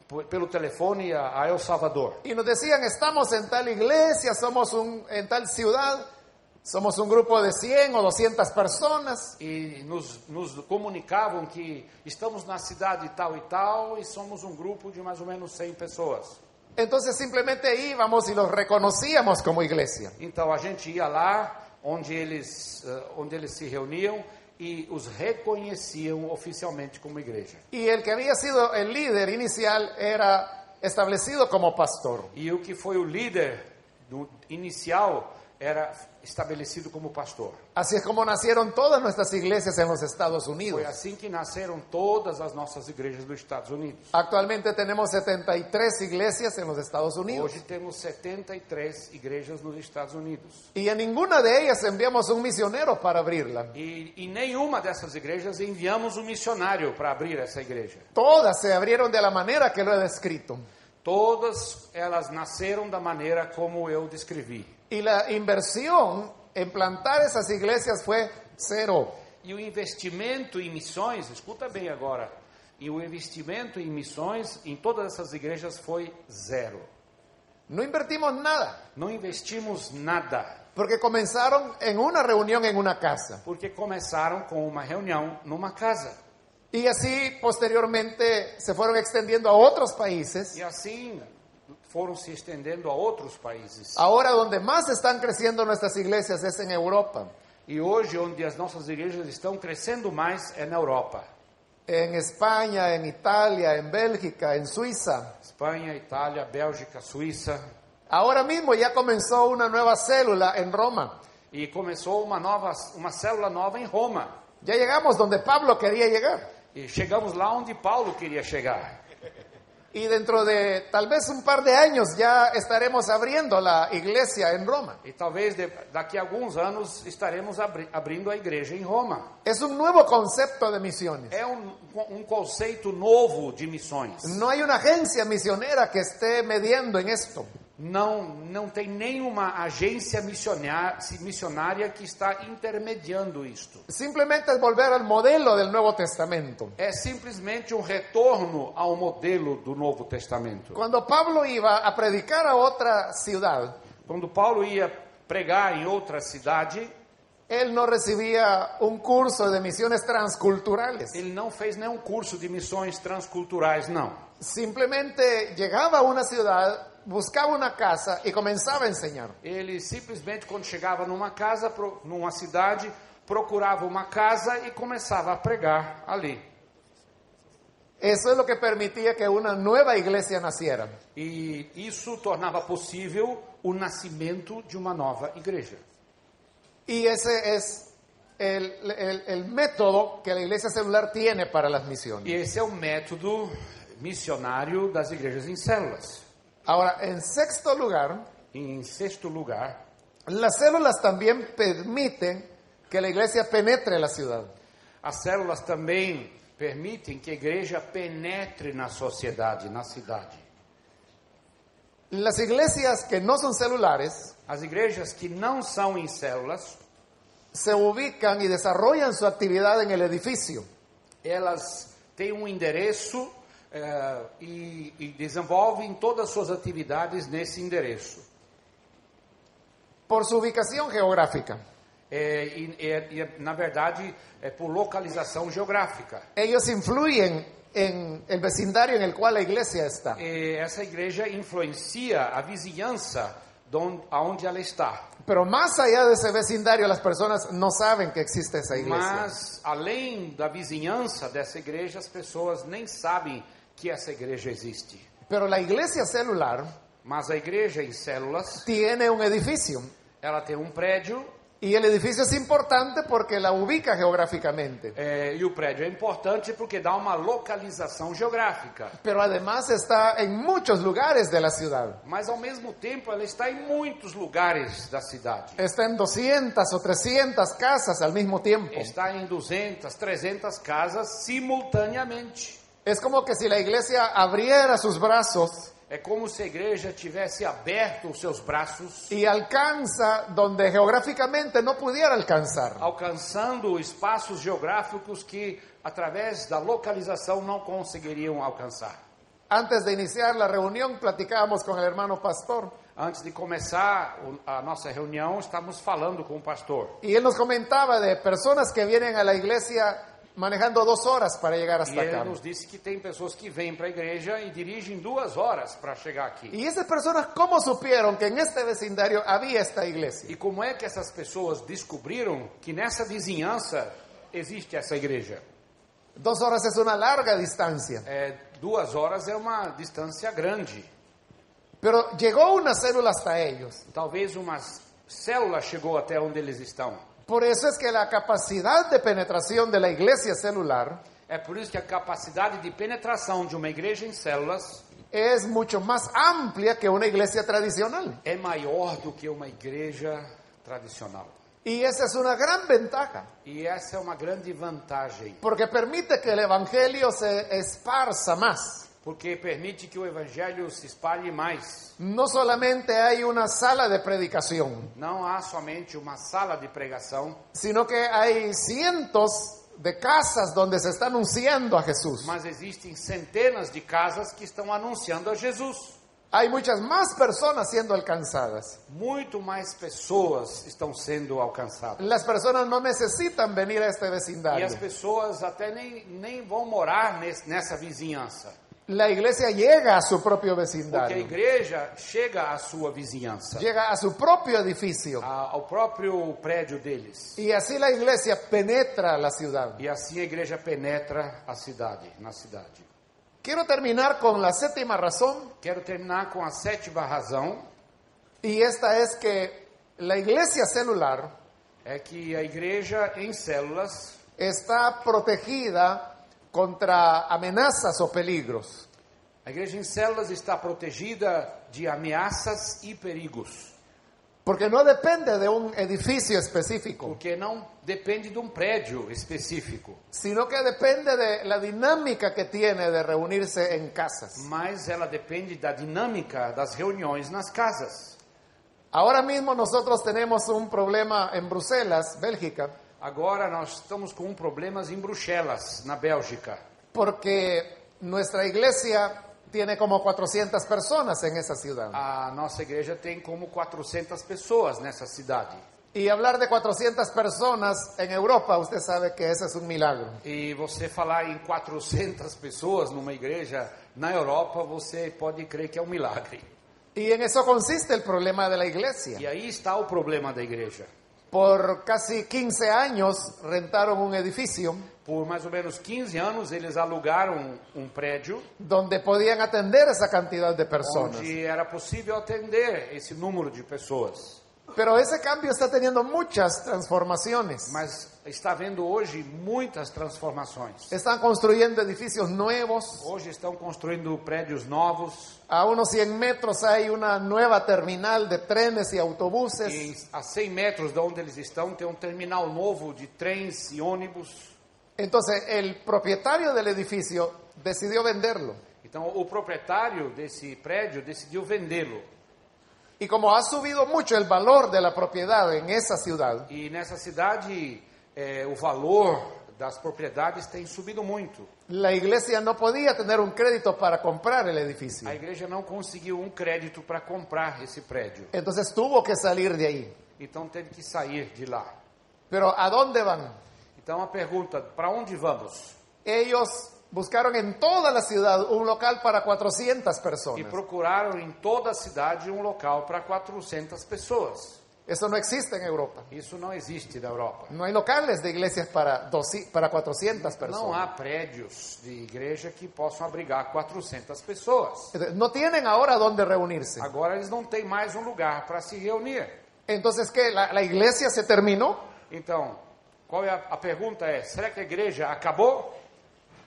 Speaker 2: p- pelo telefone a, a El Salvador.
Speaker 3: y nos decían, estamos en tal iglesia, somos un, en tal ciudad, somos un grupo de 100 o 200 personas.
Speaker 2: E nos, nos comunicavam que estamos na cidade tal e tal e somos um grupo de mais ou menos 100 pessoas.
Speaker 3: Entonces simplemente íbamos y los reconocíamos como iglesia.
Speaker 2: Então a gente ia lá onde eles, eh, onde eles se reuniam e os reconheciam oficialmente como igreja.
Speaker 3: Y el que había sido el líder inicial era establecido como pastor.
Speaker 2: E o que foi o líder do inicial era estabelecido como pastor.
Speaker 3: Así es como nacieron todas nuestras iglesias en los Estados Unidos.
Speaker 2: Foi assim que nasceram todas as nossas igrejas dos Estados Unidos.
Speaker 3: Actualmente tenemos 73 iglesias en los Estados Unidos.
Speaker 2: Hoje temos 73 igrejas nos Estados Unidos.
Speaker 3: Y en ninguna de ellas enviamos un misionero para abrirla.
Speaker 2: E em nenhuma dessas igrejas enviamos um missionário para abrir essa igreja.
Speaker 3: Todas se abrieron de la manera que lo he descrito.
Speaker 2: Todas elas nasceram da maneira como eu descrevi.
Speaker 3: Y la inversión en plantar esas iglesias fue cero.
Speaker 2: E o investimento em missões, escuta bem agora, e o investimento em missões em todas essas igrejas foi zero.
Speaker 3: No invertimos nada,
Speaker 2: Não investimos nada,
Speaker 3: porque comenzaron en una reunión en una casa.
Speaker 2: porque começaram com uma reunião numa casa.
Speaker 3: Y así posteriormente se fueron extendiendo a otros países.
Speaker 2: E assim foram se estendendo a outros países.
Speaker 3: Ahora donde más están creciendo nuestras iglesias es en Europa,
Speaker 2: E hoje, onde as nossas igrejas estão crescendo mais é na Europa.
Speaker 3: en España, en Italia, en Bélgica, en Suiza.
Speaker 2: Espanha, Itália, Bélgica, Suíça.
Speaker 3: Ahora mismo ya comenzó una nueva célula en Roma.
Speaker 2: E começou uma nova, uma célula nova em Roma.
Speaker 3: Ya llegamos donde Pablo quería llegar.
Speaker 2: E chegamos lá onde Paulo queria chegar.
Speaker 3: Y dentro de tal vez un par de años ya estaremos abriendo la iglesia en Roma.
Speaker 2: E talvez de- daqui a alguns anos estaremos abri- abrindo a igreja em Roma.
Speaker 3: Es un nuevo concepto de misiones.
Speaker 2: É um, um conceito novo de missões.
Speaker 3: No hay una agencia misionera que esté mediando en esto.
Speaker 2: Não, não tem nenhuma agência missionar- missionária que está intermediando isto.
Speaker 3: Simplemente es volver al modelo del Nuevo Testamento.
Speaker 2: é simplesmente um retorno ao modelo do Novo Testamento.
Speaker 3: Cuando Pablo iba a predicar a otra ciudad,
Speaker 2: Quando Paulo ia pregar em outra cidade,
Speaker 3: él no recibía un curso de misiones transculturales.
Speaker 2: ele não fez nenhum curso de missões transculturais, não.
Speaker 3: Simplemente llegaba a una ciudad, buscaba una casa y comenzaba a enseñar.
Speaker 2: Ele simplesmente, quando chegava numa casa, pro- numa cidade, procurava uma casa e começava a pregar ali.
Speaker 3: Eso es lo que permitía que una nueva iglesia naciera.
Speaker 2: E isso tornava possível o nascimento de uma nova igreja.
Speaker 3: Y ese es el, el- el método que la iglesia celular tiene para las
Speaker 2: E
Speaker 3: misiones.
Speaker 2: esse é o método missionário das igrejas em células.
Speaker 3: Ahora, en sexto lugar,
Speaker 2: Em sexto lugar,
Speaker 3: Las células también permiten que la iglesia penetre la ciudad.
Speaker 2: As células também permitem que a igreja penetre na sociedade, na cidade.
Speaker 3: Las iglesias que no son celulares
Speaker 2: As igrejas que não são em células,
Speaker 3: se ubican y desarrollan su actividad en el edificio.
Speaker 2: elas têm um endereço eh, e, e desenvolvem todas as suas atividades nesse endereço.
Speaker 3: Por su ubicación geográfica,
Speaker 2: É, e, e- e, na verdade, é por localização geográfica.
Speaker 3: ellos influyen en el vecindario en el cual la iglesia está.
Speaker 2: E essa igreja influencia a vizinhança de onde, aonde ela está.
Speaker 3: Pero más allá de ese vecindario, las personas no saben que existe esa iglesia.
Speaker 2: Mas, além da vizinhança dessa igreja, as pessoas nem sabem que essa igreja existe.
Speaker 3: Pero la iglesia celular
Speaker 2: Mas a igreja em células,
Speaker 3: tiene un edificio.
Speaker 2: ela tem um prédio,
Speaker 3: Y el edificio es importante porque la ubica geográficamente.
Speaker 2: eh, e o prédio é importante porque dá uma localização geográfica.
Speaker 3: Pero además está en muchos lugares de la ciudad.
Speaker 2: Mas, ao mesmo tempo, ela está em muitos lugares da cidade.
Speaker 3: Está en 200 o 300 casas al mismo tiempo.
Speaker 2: está em 200, 300 casas simultaneamente.
Speaker 3: Es como que si la iglesia abriera sus brazos
Speaker 2: É como se a igreja tivesse aberto os seus braços,
Speaker 3: y alcanza donde geográficamente no pudiera alcanzar.
Speaker 2: alcançando espaços geográficos que, através da localização, não conseguiriam alcançar.
Speaker 3: Antes de iniciar la reunión platicábamos con el hermano pastor
Speaker 2: Antes de começar o- a nossa reunião, estamos falando com o pastor.
Speaker 3: y él nos comentaba de personas que vienen a la iglesia manejando dos horas para llegar
Speaker 2: E
Speaker 3: hasta
Speaker 2: ele
Speaker 3: acá.
Speaker 2: nos disse que tem pessoas que vêm para a igreja e dirigem duas horas para chegar aqui.
Speaker 3: Y esas personas, ¿cómo supieron que en este vecindario había esta iglesia?
Speaker 2: E como é que essas pessoas descobriram que nessa vizinhanza existe essa igreja?
Speaker 3: Dos horas es una larga distancia.
Speaker 2: É, duas horas é uma distância grande.
Speaker 3: Pero llegó una célula hasta ellos.
Speaker 2: Talvez uma célula chegou até onde eles estão.
Speaker 3: Por eso es que la capacidad de penetración de la iglesia celular
Speaker 2: É por isso que a capacidade de penetração de uma igreja em células
Speaker 3: es mucho más amplia que una iglesia tradicional.
Speaker 2: é maior do que uma igreja tradicional.
Speaker 3: Y esa es una gran ventaja,
Speaker 2: E essa é uma grande vantagem,
Speaker 3: porque permite que el Evangelio se esparza más.
Speaker 2: porque permite que o evangelho se espalhe mais.
Speaker 3: No solamente hay una sala de predicación,
Speaker 2: Não há somente uma sala de pregação,
Speaker 3: sino que hay cientos de casas donde se está anunciando a Jesús.
Speaker 2: mas existem centenas de casas que estão anunciando a Jesus.
Speaker 3: Hay muchas más personas siendo alcanzadas.
Speaker 2: Muito mais pessoas estão sendo alcançadas.
Speaker 3: Las personas no necesitan venir a este
Speaker 2: E as
Speaker 3: vecindario.
Speaker 2: pessoas até nem, nem vão morar nes- nessa vizinhança.
Speaker 3: La iglesia llega a su propio
Speaker 2: Porque a
Speaker 3: vecindario,
Speaker 2: igreja chega à sua vizinhança,
Speaker 3: llega a su propio edificio.
Speaker 2: a- ao próprio prédio deles.
Speaker 3: Y así la iglesia penetra la ciudad.
Speaker 2: E assim a igreja penetra a cidade, na cidade.
Speaker 3: Quiero terminar con la séptima razón
Speaker 2: Quero terminar com a sétima razão,
Speaker 3: y esta es que la iglesia celular
Speaker 2: é que a igreja em células,
Speaker 3: está protegida contra amenazas o peligros.
Speaker 2: a igreja em células está protegida de ameaças e perigos,
Speaker 3: Porque no depende de un edificio específico,
Speaker 2: porque não depende de um prédio específico,
Speaker 3: sino que depende de la dinámica que tiene de reunirse en casas.
Speaker 2: mas ela depende da dinâmica das reuniões nas casas.
Speaker 3: Ahora mismo nosotros tenemos un problema en Bruselas, Bélgica,
Speaker 2: Agora nós estamos com problemas em Bruxelas, na Bélgica,
Speaker 3: porque nuestra iglesia tiene como 400 personas en esa ciudad.
Speaker 2: A nossa igreja tem como 400 pessoas nessa cidade.
Speaker 3: Y hablar de 400 personas en Europa, usted sabe que ese es un milagro.
Speaker 2: E você falar em 400 pessoas numa igreja na Europa, você pode crer que é um milagre.
Speaker 3: Y en eso consiste el problema de la
Speaker 2: E
Speaker 3: iglesia.
Speaker 2: aí está o problema da igreja.
Speaker 3: Por casi 15 años rentaron un edificio
Speaker 2: Por mais ou menos 15 anos, eles alugaram um prédio
Speaker 3: donde podían atender esa cantidad de personas.
Speaker 2: onde era possível atender esse número de pessoas.
Speaker 3: Pero ese cambio está teniendo muchas transformaciones.
Speaker 2: Mas está havendo hoje muitas transformaciones.
Speaker 3: Están construyendo edificios nuevos.
Speaker 2: Hoje estão construindo prédios novos,
Speaker 3: A unos 100 metros hay una nueva terminal de trenes y autobuses.
Speaker 2: E a 100 metros de onde eles estão tem um terminal novo de trens e ônibus.
Speaker 3: Entonces el propietario del edificio decidió venderlo.
Speaker 2: Então, o proprietário desse prédio decidiu vendê-lo.
Speaker 3: Y como ha subido mucho el valor de la propiedad en esa ciudad,
Speaker 2: E nessa cidade, eh, o valor das propriedades tem subido muito.
Speaker 3: la iglesia no podía tener un crédito para comprar el edificio.
Speaker 2: A igreja não conseguiu um crédito para comprar esse prédio.
Speaker 3: Entonces tuvo que salir de ahí.
Speaker 2: Então, teve que sair de lá.
Speaker 3: Pero ¿a dónde van?
Speaker 2: Então, a pergunta: para onde vamos?
Speaker 3: Ellos buscaron en toda la ciudad un local para 400
Speaker 2: E
Speaker 3: personas.
Speaker 2: procuraram em toda a cidade um local para 400 pessoas.
Speaker 3: Eso no existe en Europa.
Speaker 2: Isso não existe na Europa.
Speaker 3: No hay locales de iglesias para, 200 para 400
Speaker 2: Não há
Speaker 3: personas.
Speaker 2: prédios de igreja que possam abrigar 400 pessoas.
Speaker 3: Entonces, No tienen ahora dónde reunirse.
Speaker 2: Agora eles não têm mais um lugar para se reunir.
Speaker 3: Entonces, ¿qué? ¿La, la iglesia se terminó?
Speaker 2: Então, qual é a, a pergunta é: será que a igreja acabou?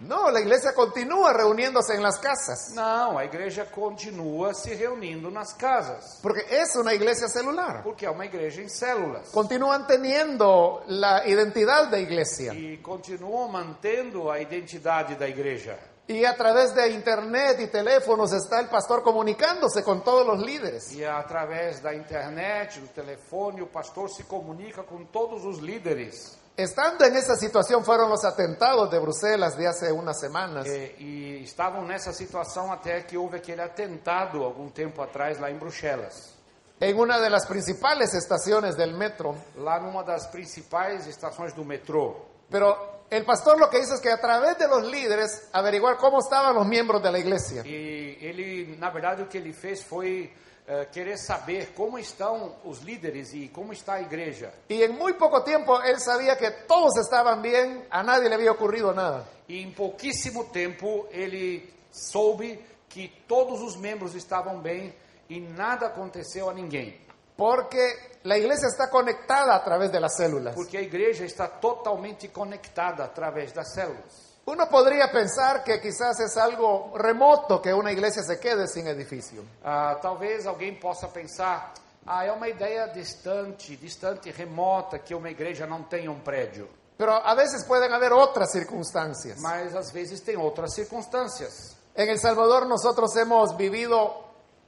Speaker 3: No, la iglesia continúa reuniéndose en las casas.
Speaker 2: Não, a igreja continua se reunindo nas casas,
Speaker 3: Porque es una iglesia celular.
Speaker 2: porque é uma igreja em células
Speaker 3: Continúan teniendo la identidad de iglesia.
Speaker 2: e continuam mantendo a identidade da igreja.
Speaker 3: Y a través de internet y teléfonos está el pastor comunicándose con todos los líderes.
Speaker 2: E é através da internet, do telefone, o pastor se comunica com todos os líderes.
Speaker 3: Estando en esa situación fueron los atentados de Bruselas de hace unas semanas.
Speaker 2: É, e estavam nessa situação até que houve aquele atentado algum tempo atrás lá em Bruxelas.
Speaker 3: En una de las principales estaciones del metro.
Speaker 2: lá numa das principais estações do metrô.
Speaker 3: Pero el pastor lo que hizo es que a través de los líderes averiguar cómo estaban los miembros de la iglesia.
Speaker 2: E ele, na verdade, o que ele fez foi eh, querer saber como estão os líderes e como está a igreja.
Speaker 3: Y en muy poco tiempo él sabía que todos estaban bien, a nadie le había ocurrido nada.
Speaker 2: E em pouquíssimo tempo ele soube que todos os membros estavam bem e nada aconteceu a ninguém,
Speaker 3: Porque la iglesia está conectada a través de las células.
Speaker 2: porque a igreja está totalmente conectada através das células.
Speaker 3: Uno podría pensar que quizás es algo remoto que una iglesia se quede sin edificio.
Speaker 2: Ah, talvez alguém possa pensar: ah, é uma ideia distante, distante, remota que uma igreja não tenha um prédio.
Speaker 3: Pero a veces pueden haber otras circunstancias.
Speaker 2: mas às vezes tem outras circunstâncias.
Speaker 3: En El Salvador nosotros hemos vivido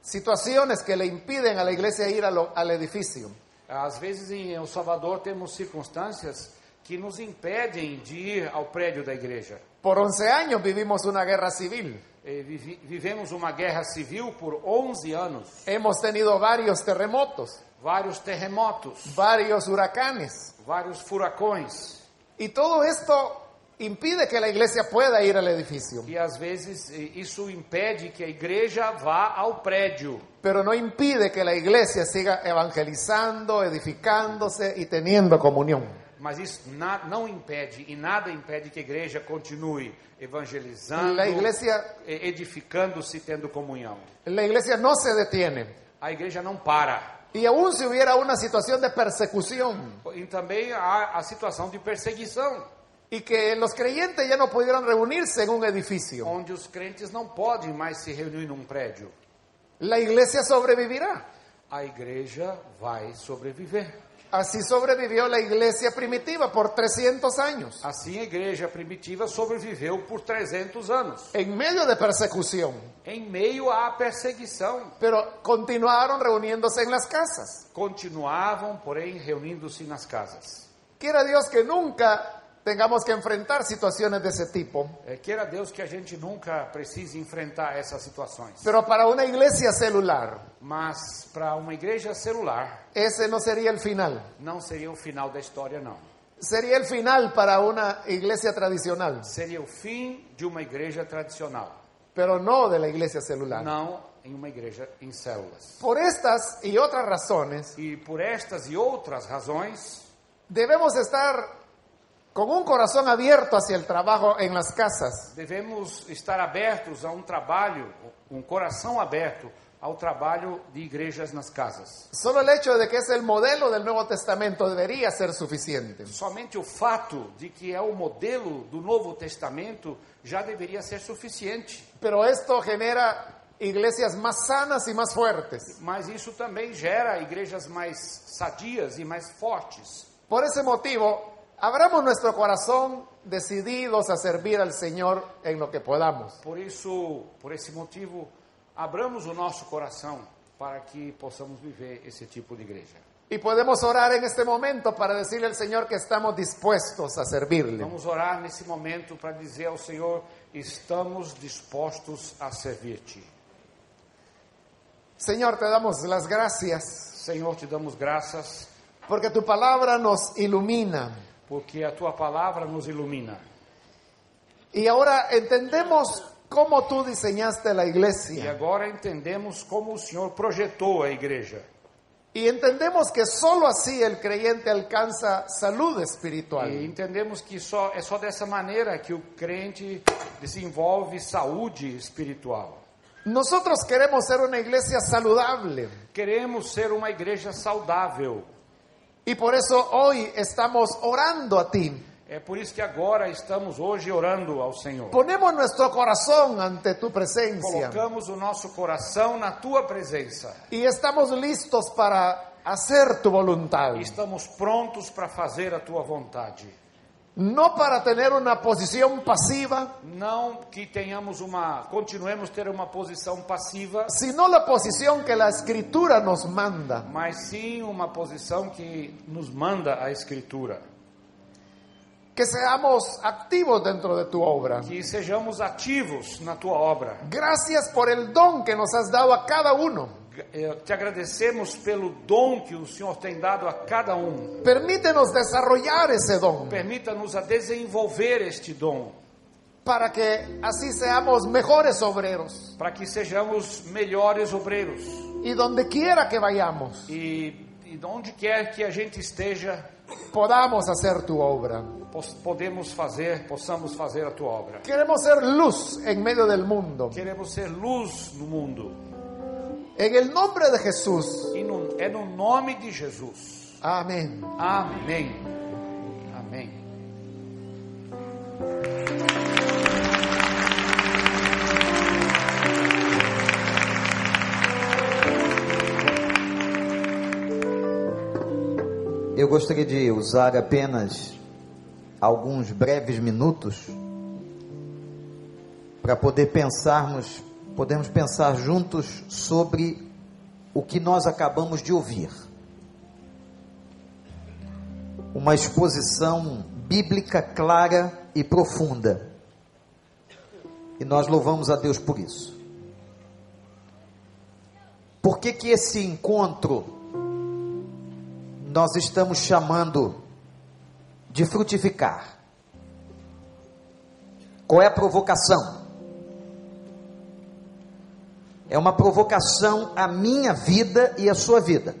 Speaker 3: situaciones que le impiden a la iglesia ir a lo- al edificio.
Speaker 2: Às vezes em El Salvador temos circunstâncias que nos impedem de ir ao prédio da igreja.
Speaker 3: Por 11 años vivimos una guerra civil.
Speaker 2: Eh, vivi- Vivemos uma guerra civil por 11 anos,
Speaker 3: Hemos tenido varios terremotos,
Speaker 2: vários terremotos,
Speaker 3: varios huracanes.
Speaker 2: vários furacões.
Speaker 3: Y todo esto impide que la iglesia pueda ir al edificio.
Speaker 2: E às vezes eh, isso impede que a igreja vá ao prédio,
Speaker 3: Pero no impide que la iglesia siga evangelizando, edificándose y teniendo comunión.
Speaker 2: mas isso na- não impede e nada impede que a igreja continue evangelizando,
Speaker 3: La iglesia,
Speaker 2: eh, edificando-se, tendo comunhão.
Speaker 3: la iglesia no se detiene.
Speaker 2: A igreja não para.
Speaker 3: Y aún si hubiera una situación de persecución
Speaker 2: E também há a situação de perseguição,
Speaker 3: y que los creyentes ya no pudieran reunirse en un edificio,
Speaker 2: onde os crentes não podem mais se reunir num prédio.
Speaker 3: la iglesia sobrevivirá.
Speaker 2: A igreja vai sobreviver.
Speaker 3: Así sobrevivió la iglesia primitiva por 300 años,
Speaker 2: Assim, a igreja primitiva sobreviveu por 300 anos,
Speaker 3: en medio de persecución.
Speaker 2: em meio à perseguição.
Speaker 3: Pero continuaron reuniéndose en las casas.
Speaker 2: Continuavam, porém, reunindo-se nas casas.
Speaker 3: Quiera Dios que nunca tengamos que enfrentar situaciones de ese tipo.
Speaker 2: É, queira Deus que a gente nunca precise enfrentar essas situações.
Speaker 3: Pero para una iglesia celular,
Speaker 2: Mas para uma igreja celular,
Speaker 3: ese no sería el final.
Speaker 2: não seria o final da história, não.
Speaker 3: Sería el final para una iglesia tradicional,
Speaker 2: Seria o fim de uma igreja tradicional.
Speaker 3: pero no de la iglesia celular.
Speaker 2: não em uma igreja em células.
Speaker 3: Por estas y otras razones,
Speaker 2: E por estas e outras razões,
Speaker 3: debemos estar con un corazón abierto hacia el trabajo en las casas,
Speaker 2: devemos estar abertos a um trabalho, um coração aberto ao trabalho de igrejas nas casas.
Speaker 3: Solo el hecho de que es el modelo del Nuevo Testamento debería ser suficiente.
Speaker 2: Somente o fato de que é o modelo do Novo Testamento já deveria ser suficiente,
Speaker 3: Pero esto genera iglesias más sanas y más fuertes.
Speaker 2: mas isso também gera igrejas mais sadias e mais fortes.
Speaker 3: Por ese motivo, Abramos nuestro corazón decididos a servir al Señor en lo que podamos.
Speaker 2: Por isso, por esse motivo, abramos o nosso coração para que possamos viver esse tipo de igreja.
Speaker 3: Y podemos orar en este momento para decirle al Señor que estamos dispuestos a servirle.
Speaker 2: Vamos orar nesse momento para dizer ao Senhor: estamos dispostos a servir-te.
Speaker 3: Señor, te damos las gracias
Speaker 2: Senhor, te damos graças
Speaker 3: porque tu palabra nos ilumina.
Speaker 2: porque a tua palavra nos ilumina.
Speaker 3: Y ahora entendemos cómo tú diseñaste la
Speaker 2: E
Speaker 3: iglesia.
Speaker 2: agora entendemos como o Senhor projetou a igreja.
Speaker 3: Y entendemos que sólo así el creyente alcanza salud
Speaker 2: E
Speaker 3: espiritual.
Speaker 2: entendemos que só é só dessa maneira que o crente desenvolve saúde espiritual.
Speaker 3: Nosotros queremos ser una iglesia saludable.
Speaker 2: Queremos ser uma igreja saudável.
Speaker 3: Y por eso hoy estamos orando a ti.
Speaker 2: É por isso que agora estamos hoje orando ao Senhor.
Speaker 3: Ponemos nuestro corazón ante tu presencia.
Speaker 2: Colocamos o nosso coração na tua presença.
Speaker 3: Y estamos listos para hacer tu voluntad.
Speaker 2: E estamos prontos para fazer a tua vontade.
Speaker 3: No para tener una posición pasiva,
Speaker 2: Não que tenhamos uma, continuemos ter uma posição passiva,
Speaker 3: sino la posición que la escritura nos manda.
Speaker 2: mas sim uma posição que nos manda a escritura.
Speaker 3: Que seamos activos dentro de tu obra.
Speaker 2: Que sejamos ativos na tua obra.
Speaker 3: Gracias por el don que nos has dado a cada uno.
Speaker 2: Eh, Te agradecemos pelo dom que o Senhor tem dado a cada um.
Speaker 3: Permítenos desarrollar ese don
Speaker 2: Permita-nos a desenvolver este dom,
Speaker 3: para que así seamos mejores obreros.
Speaker 2: para que sejamos melhores obreiros.
Speaker 3: Y donde quiera que vayamos,
Speaker 2: E, e onde quer que a gente esteja,
Speaker 3: podamos hacer tu obra.
Speaker 2: pos- podemos fazer, possamos fazer a tua obra.
Speaker 3: Queremos ser luz en medio del mundo.
Speaker 2: Queremos ser luz no mundo.
Speaker 3: En el nombre de Jesús.
Speaker 2: E no, é no nome de Jesus.
Speaker 3: Amén.
Speaker 2: Amém. Amém.
Speaker 1: Eu gostaria de usar apenas alguns breves minutos para poder pensarmos, podemos pensar juntos sobre o que nós acabamos de ouvir. Uma exposição bíblica clara e profunda. E nós louvamos a Deus por isso. Por que que esse encontro nós estamos chamando de frutificar. Qual é a provocação? É uma provocação à minha vida e à sua vida.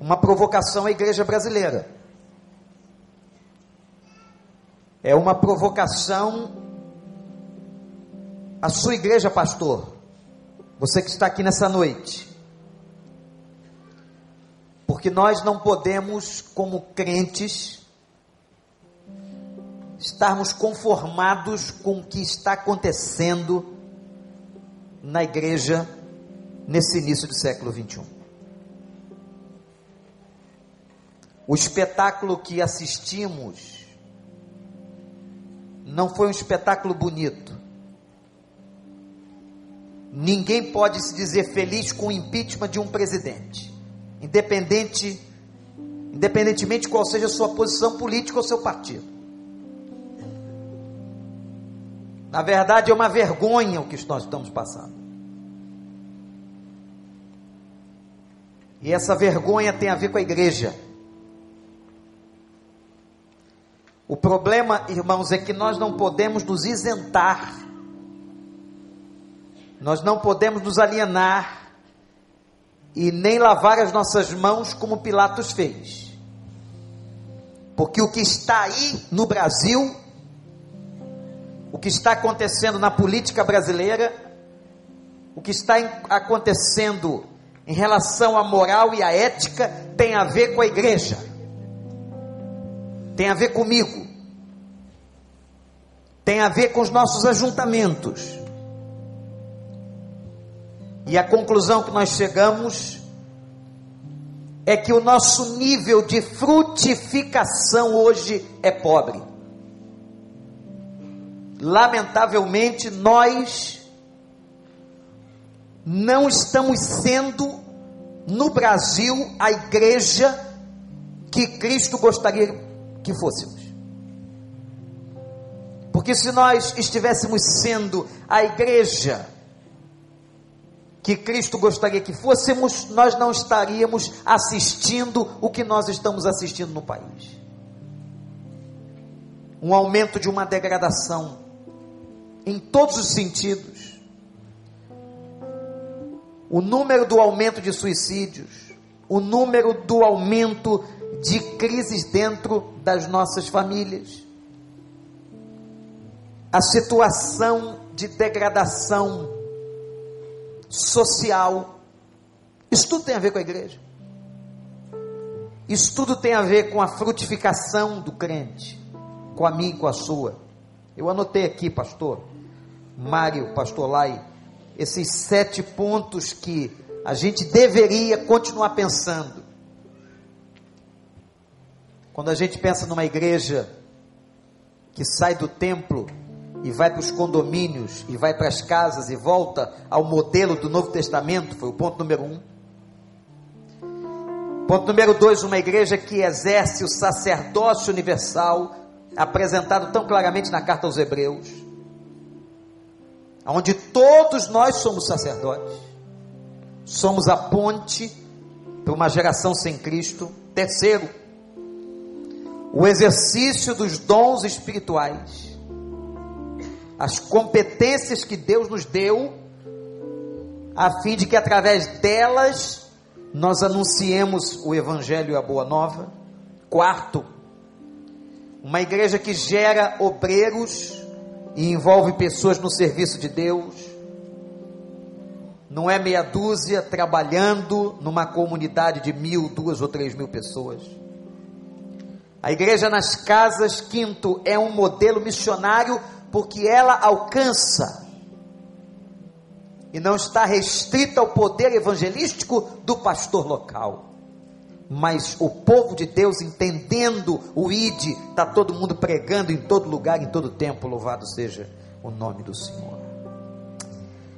Speaker 1: Uma provocação à igreja brasileira. É uma provocação à sua igreja, pastor. Você que está aqui nessa noite. Porque nós não podemos, como crentes, estarmos conformados com o que está acontecendo na igreja nesse início do século 21. O espetáculo que assistimos não foi um espetáculo bonito. Ninguém pode se dizer feliz com o impeachment de um presidente, independente, independentemente qual seja a sua posição política ou seu partido. Na verdade, é uma vergonha o que nós estamos passando. E essa vergonha tem a ver com a igreja. O problema, irmãos, é que nós não podemos nos isentar nós não podemos nos alienar e nem lavar as nossas mãos como Pilatos fez. Porque o que está aí no Brasil, o que está acontecendo na política brasileira, o que está em- acontecendo em relação à moral e à ética, tem a ver com a igreja, tem a ver comigo, tem a ver com os nossos ajuntamentos. E a conclusão que nós chegamos é que o nosso nível de frutificação hoje é pobre. Lamentavelmente, nós não estamos sendo no Brasil a igreja que Cristo gostaria que fôssemos. Porque se nós estivéssemos sendo a igreja que Cristo gostaria que fôssemos, nós não estaríamos assistindo o que nós estamos assistindo no país. Um aumento de uma degradação em todos os sentidos. O número do aumento de suicídios, o número do aumento de crises dentro das nossas famílias. A situação de degradação social. Isso tudo tem a ver com a igreja. Isso tudo tem a ver com a frutificação do crente, com a minha e com a sua. Eu anotei aqui, pastor Mário, pastor Lai, esses sete pontos que a gente deveria continuar pensando. Quando a gente pensa numa igreja que sai do templo e vai para os condomínios, e vai para as casas, e volta ao modelo do Novo Testamento, foi o ponto número um. Ponto número dois, uma igreja que exerce o sacerdócio universal, apresentado tão claramente na carta aos Hebreus, onde todos nós somos sacerdotes, somos a ponte para uma geração sem Cristo. Terceiro, o exercício dos dons espirituais as competências que Deus nos deu, a fim de que através delas nós anunciemos o Evangelho e a Boa Nova. Quarto, uma igreja que gera obreiros e envolve pessoas no serviço de Deus. Não é meia dúzia trabalhando numa comunidade de mil, duas ou três mil pessoas. A igreja nas casas, quinto, é um modelo missionário porque ela alcança e não está restrita ao poder evangelístico do pastor local. Mas o povo de Deus entendendo o ID, está todo mundo pregando em todo lugar, em todo tempo. Louvado seja o nome do Senhor.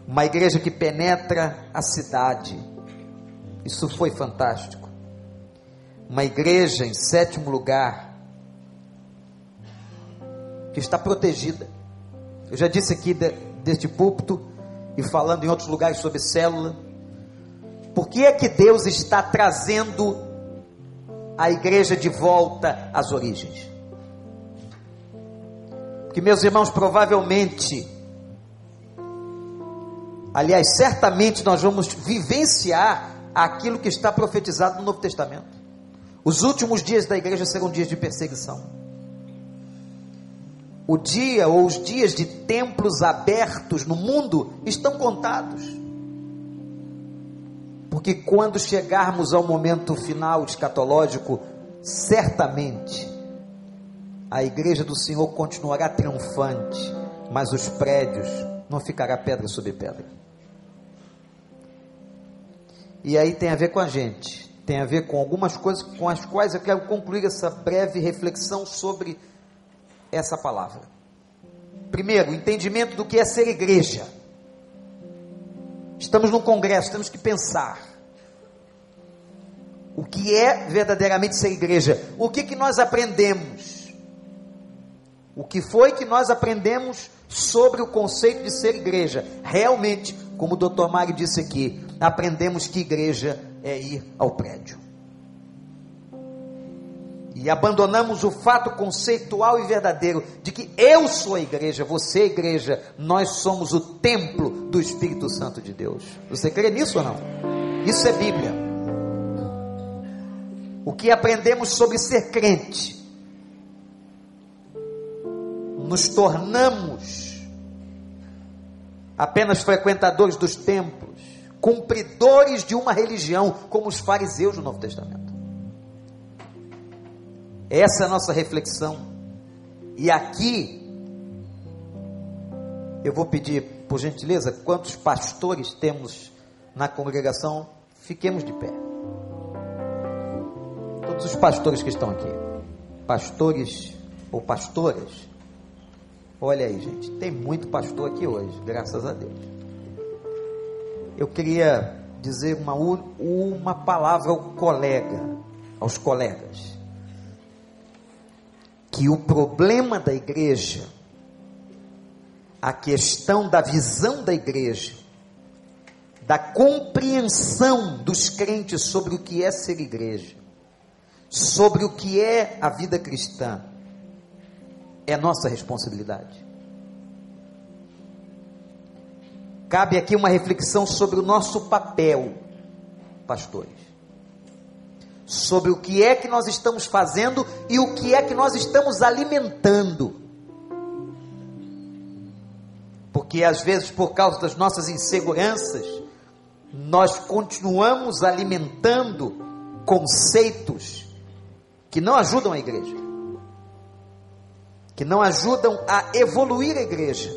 Speaker 1: Uma igreja que penetra a cidade. Isso foi fantástico. Uma igreja, em sétimo lugar, que está protegida. Eu já disse aqui de, deste púlpito e falando em outros lugares sobre célula. Por que é que Deus está trazendo a igreja de volta às origens? Porque, meus irmãos, provavelmente, aliás, certamente nós vamos vivenciar aquilo que está profetizado no Novo Testamento. Os últimos dias da igreja serão dias de perseguição o dia ou os dias de templos abertos no mundo estão contados. Porque quando chegarmos ao momento final escatológico, certamente a igreja do Senhor continuará triunfante, mas os prédios não ficará pedra sobre pedra. E aí tem a ver com a gente, tem a ver com algumas coisas com as quais eu quero concluir essa breve reflexão sobre essa palavra. Primeiro, entendimento do que é ser igreja. Estamos num congresso, temos que pensar. O que é verdadeiramente ser igreja? O que, que nós aprendemos? O que foi que nós aprendemos sobre o conceito de ser igreja? Realmente, como o doutor Mário disse aqui, aprendemos que igreja é ir ao prédio e abandonamos o fato conceitual e verdadeiro de que eu sou a igreja, você é a igreja, nós somos o templo do Espírito Santo de Deus. Você crê nisso ou não? Isso é Bíblia. O que aprendemos sobre ser crente? Nos tornamos apenas frequentadores dos templos, cumpridores de uma religião, como os fariseus do Novo Testamento. Essa é a nossa reflexão. E aqui, eu vou pedir, por gentileza, quantos pastores temos na congregação, fiquemos de pé. todos os pastores que estão aqui. Pastores ou pastoras. Olha aí, gente, tem muito pastor aqui hoje, graças a Deus. Eu queria dizer uma, u- uma palavra ao colega, aos colegas. Que o problema da igreja, a questão da visão da igreja, da compreensão dos crentes sobre o que é ser igreja, sobre o que é a vida cristã, é nossa responsabilidade. Cabe aqui uma reflexão sobre o nosso papel, pastores, sobre o que é que nós estamos fazendo e o que é que nós estamos alimentando. Porque às vezes, por causa das nossas inseguranças, nós continuamos alimentando conceitos que não ajudam a igreja, que não ajudam a evoluir a igreja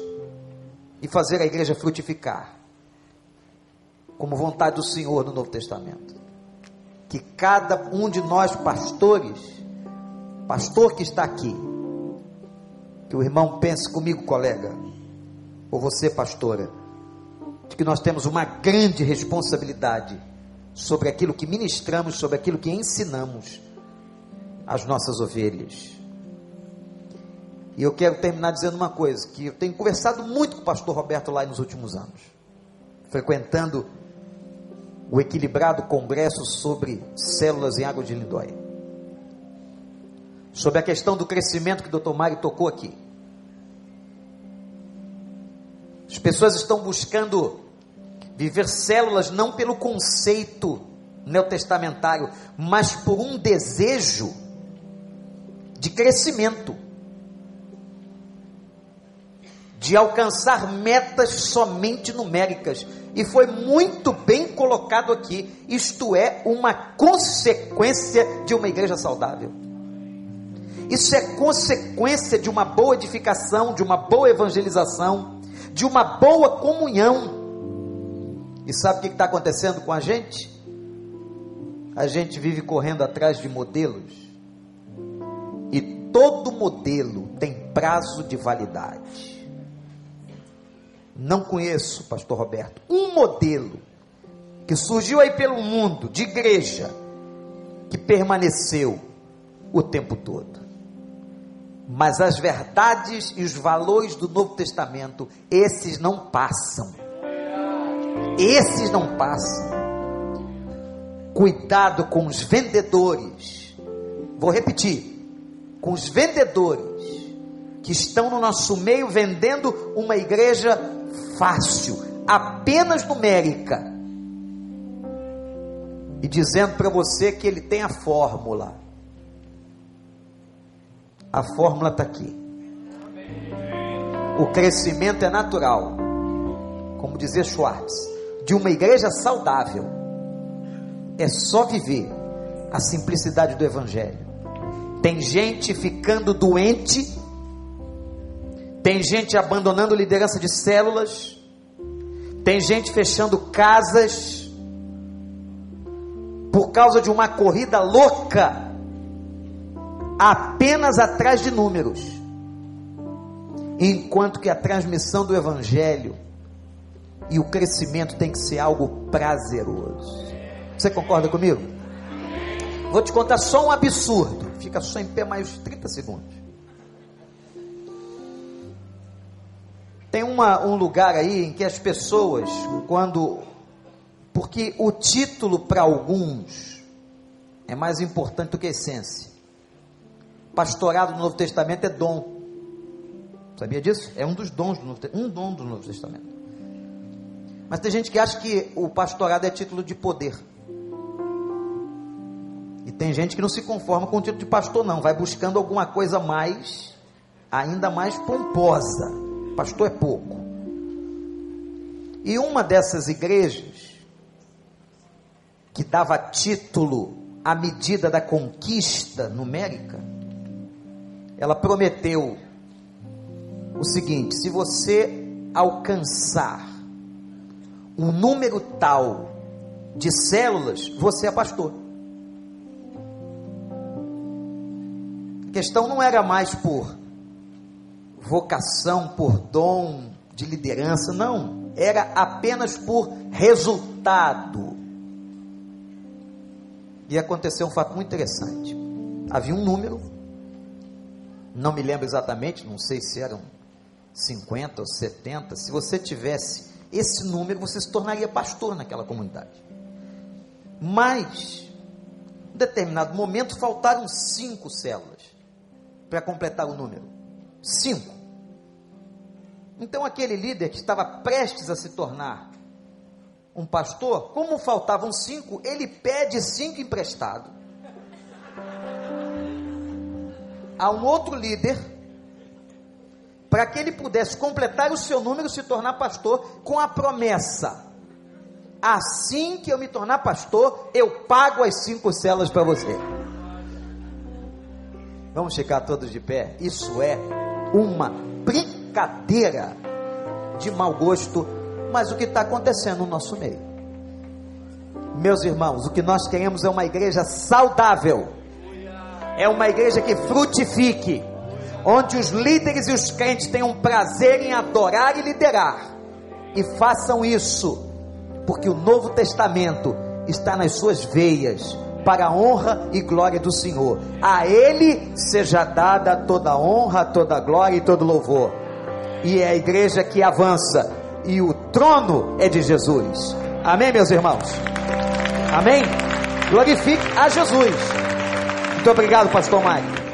Speaker 1: e fazer a igreja frutificar, como vontade do Senhor no Novo Testamento. Que cada um de nós, pastores, pastor que está aqui, que o irmão pense comigo, colega, ou você, pastora, de que nós temos uma grande responsabilidade sobre aquilo que ministramos, sobre aquilo que ensinamos às nossas ovelhas. E eu quero terminar dizendo uma coisa, que eu tenho conversado muito com o pastor Roberto lá nos últimos anos, frequentando o equilibrado congresso sobre células em água de lindóia. Sobre a questão do crescimento que o Dr. Mário tocou aqui. As pessoas estão buscando viver células não pelo conceito neotestamentário, mas por um desejo de crescimento, de alcançar metas somente numéricas. E foi muito bem colocado aqui. Isto é uma consequência de uma igreja saudável. Isso é consequência de uma boa edificação, de uma boa evangelização, de uma boa comunhão. E sabe o que está acontecendo com a gente? A gente vive correndo atrás de modelos. E todo modelo tem prazo de validade. Não conheço, Pastor Roberto, um modelo que surgiu aí pelo mundo de igreja que permaneceu o tempo todo. Mas as verdades e os valores do Novo Testamento, esses não passam. Esses não passam. Cuidado com os vendedores. Vou repetir. Com os vendedores que estão no nosso meio vendendo uma igreja fácil, apenas numérica. E dizendo para você que ele tem a fórmula. A fórmula está aqui. O crescimento é natural, como dizia Schwartz, de uma igreja saudável. É só viver a simplicidade do Evangelho. Tem gente ficando doente, tem gente abandonando liderança de células, tem gente fechando casas por causa de uma corrida louca apenas atrás de números, enquanto que a transmissão do Evangelho e o crescimento tem que ser algo prazeroso. Você concorda comigo? Vou te contar só um absurdo. Fica só em pé mais 30 segundos. Tem uma, um lugar aí em que as pessoas, quando. Porque o título para alguns é mais importante do que a essência. Pastorado no Novo Testamento é dom. Sabia disso? É um dos dons do Novo Testamento. Um dom do Novo Testamento. Mas tem gente que acha que o pastorado é título de poder. E tem gente que não se conforma com o título de pastor, não. Vai buscando alguma coisa mais, ainda mais pomposa. Pastor é pouco. E uma dessas igrejas, que dava título à medida da conquista numérica, ela prometeu o seguinte: se você alcançar um número tal de células, você é pastor. questão não era mais por vocação, por dom de liderança, não. Era apenas por resultado. E aconteceu um fato muito interessante. Havia um número, não me lembro exatamente, não sei se eram 50 ou 70. Se você tivesse esse número, você se tornaria pastor naquela comunidade. Mas um determinado momento faltaram cinco células para completar o número. Cinco. Então aquele líder que estava prestes a se tornar um pastor, como faltavam cinco, ele pede cinco emprestado a um outro líder para que ele pudesse completar o seu número e se tornar pastor com a promessa assim que eu me tornar pastor, eu pago as cinco celas para você. Vamos ficar todos de pé. Isso é uma brincadeira de mau gosto, mas o que está acontecendo no nosso meio. Meus irmãos, o que nós queremos é uma igreja saudável, é uma igreja que frutifique, onde os líderes e os crentes tenham prazer em adorar e liderar, e façam isso porque o Novo Testamento está nas suas veias, para a honra e glória do Senhor. A Ele seja dada toda honra, toda glória e todo louvor. E é a igreja que avança, e o trono é de Jesus. Amém, meus irmãos? Amém? Glorifique a Jesus. Muito obrigado, Pastor Mário.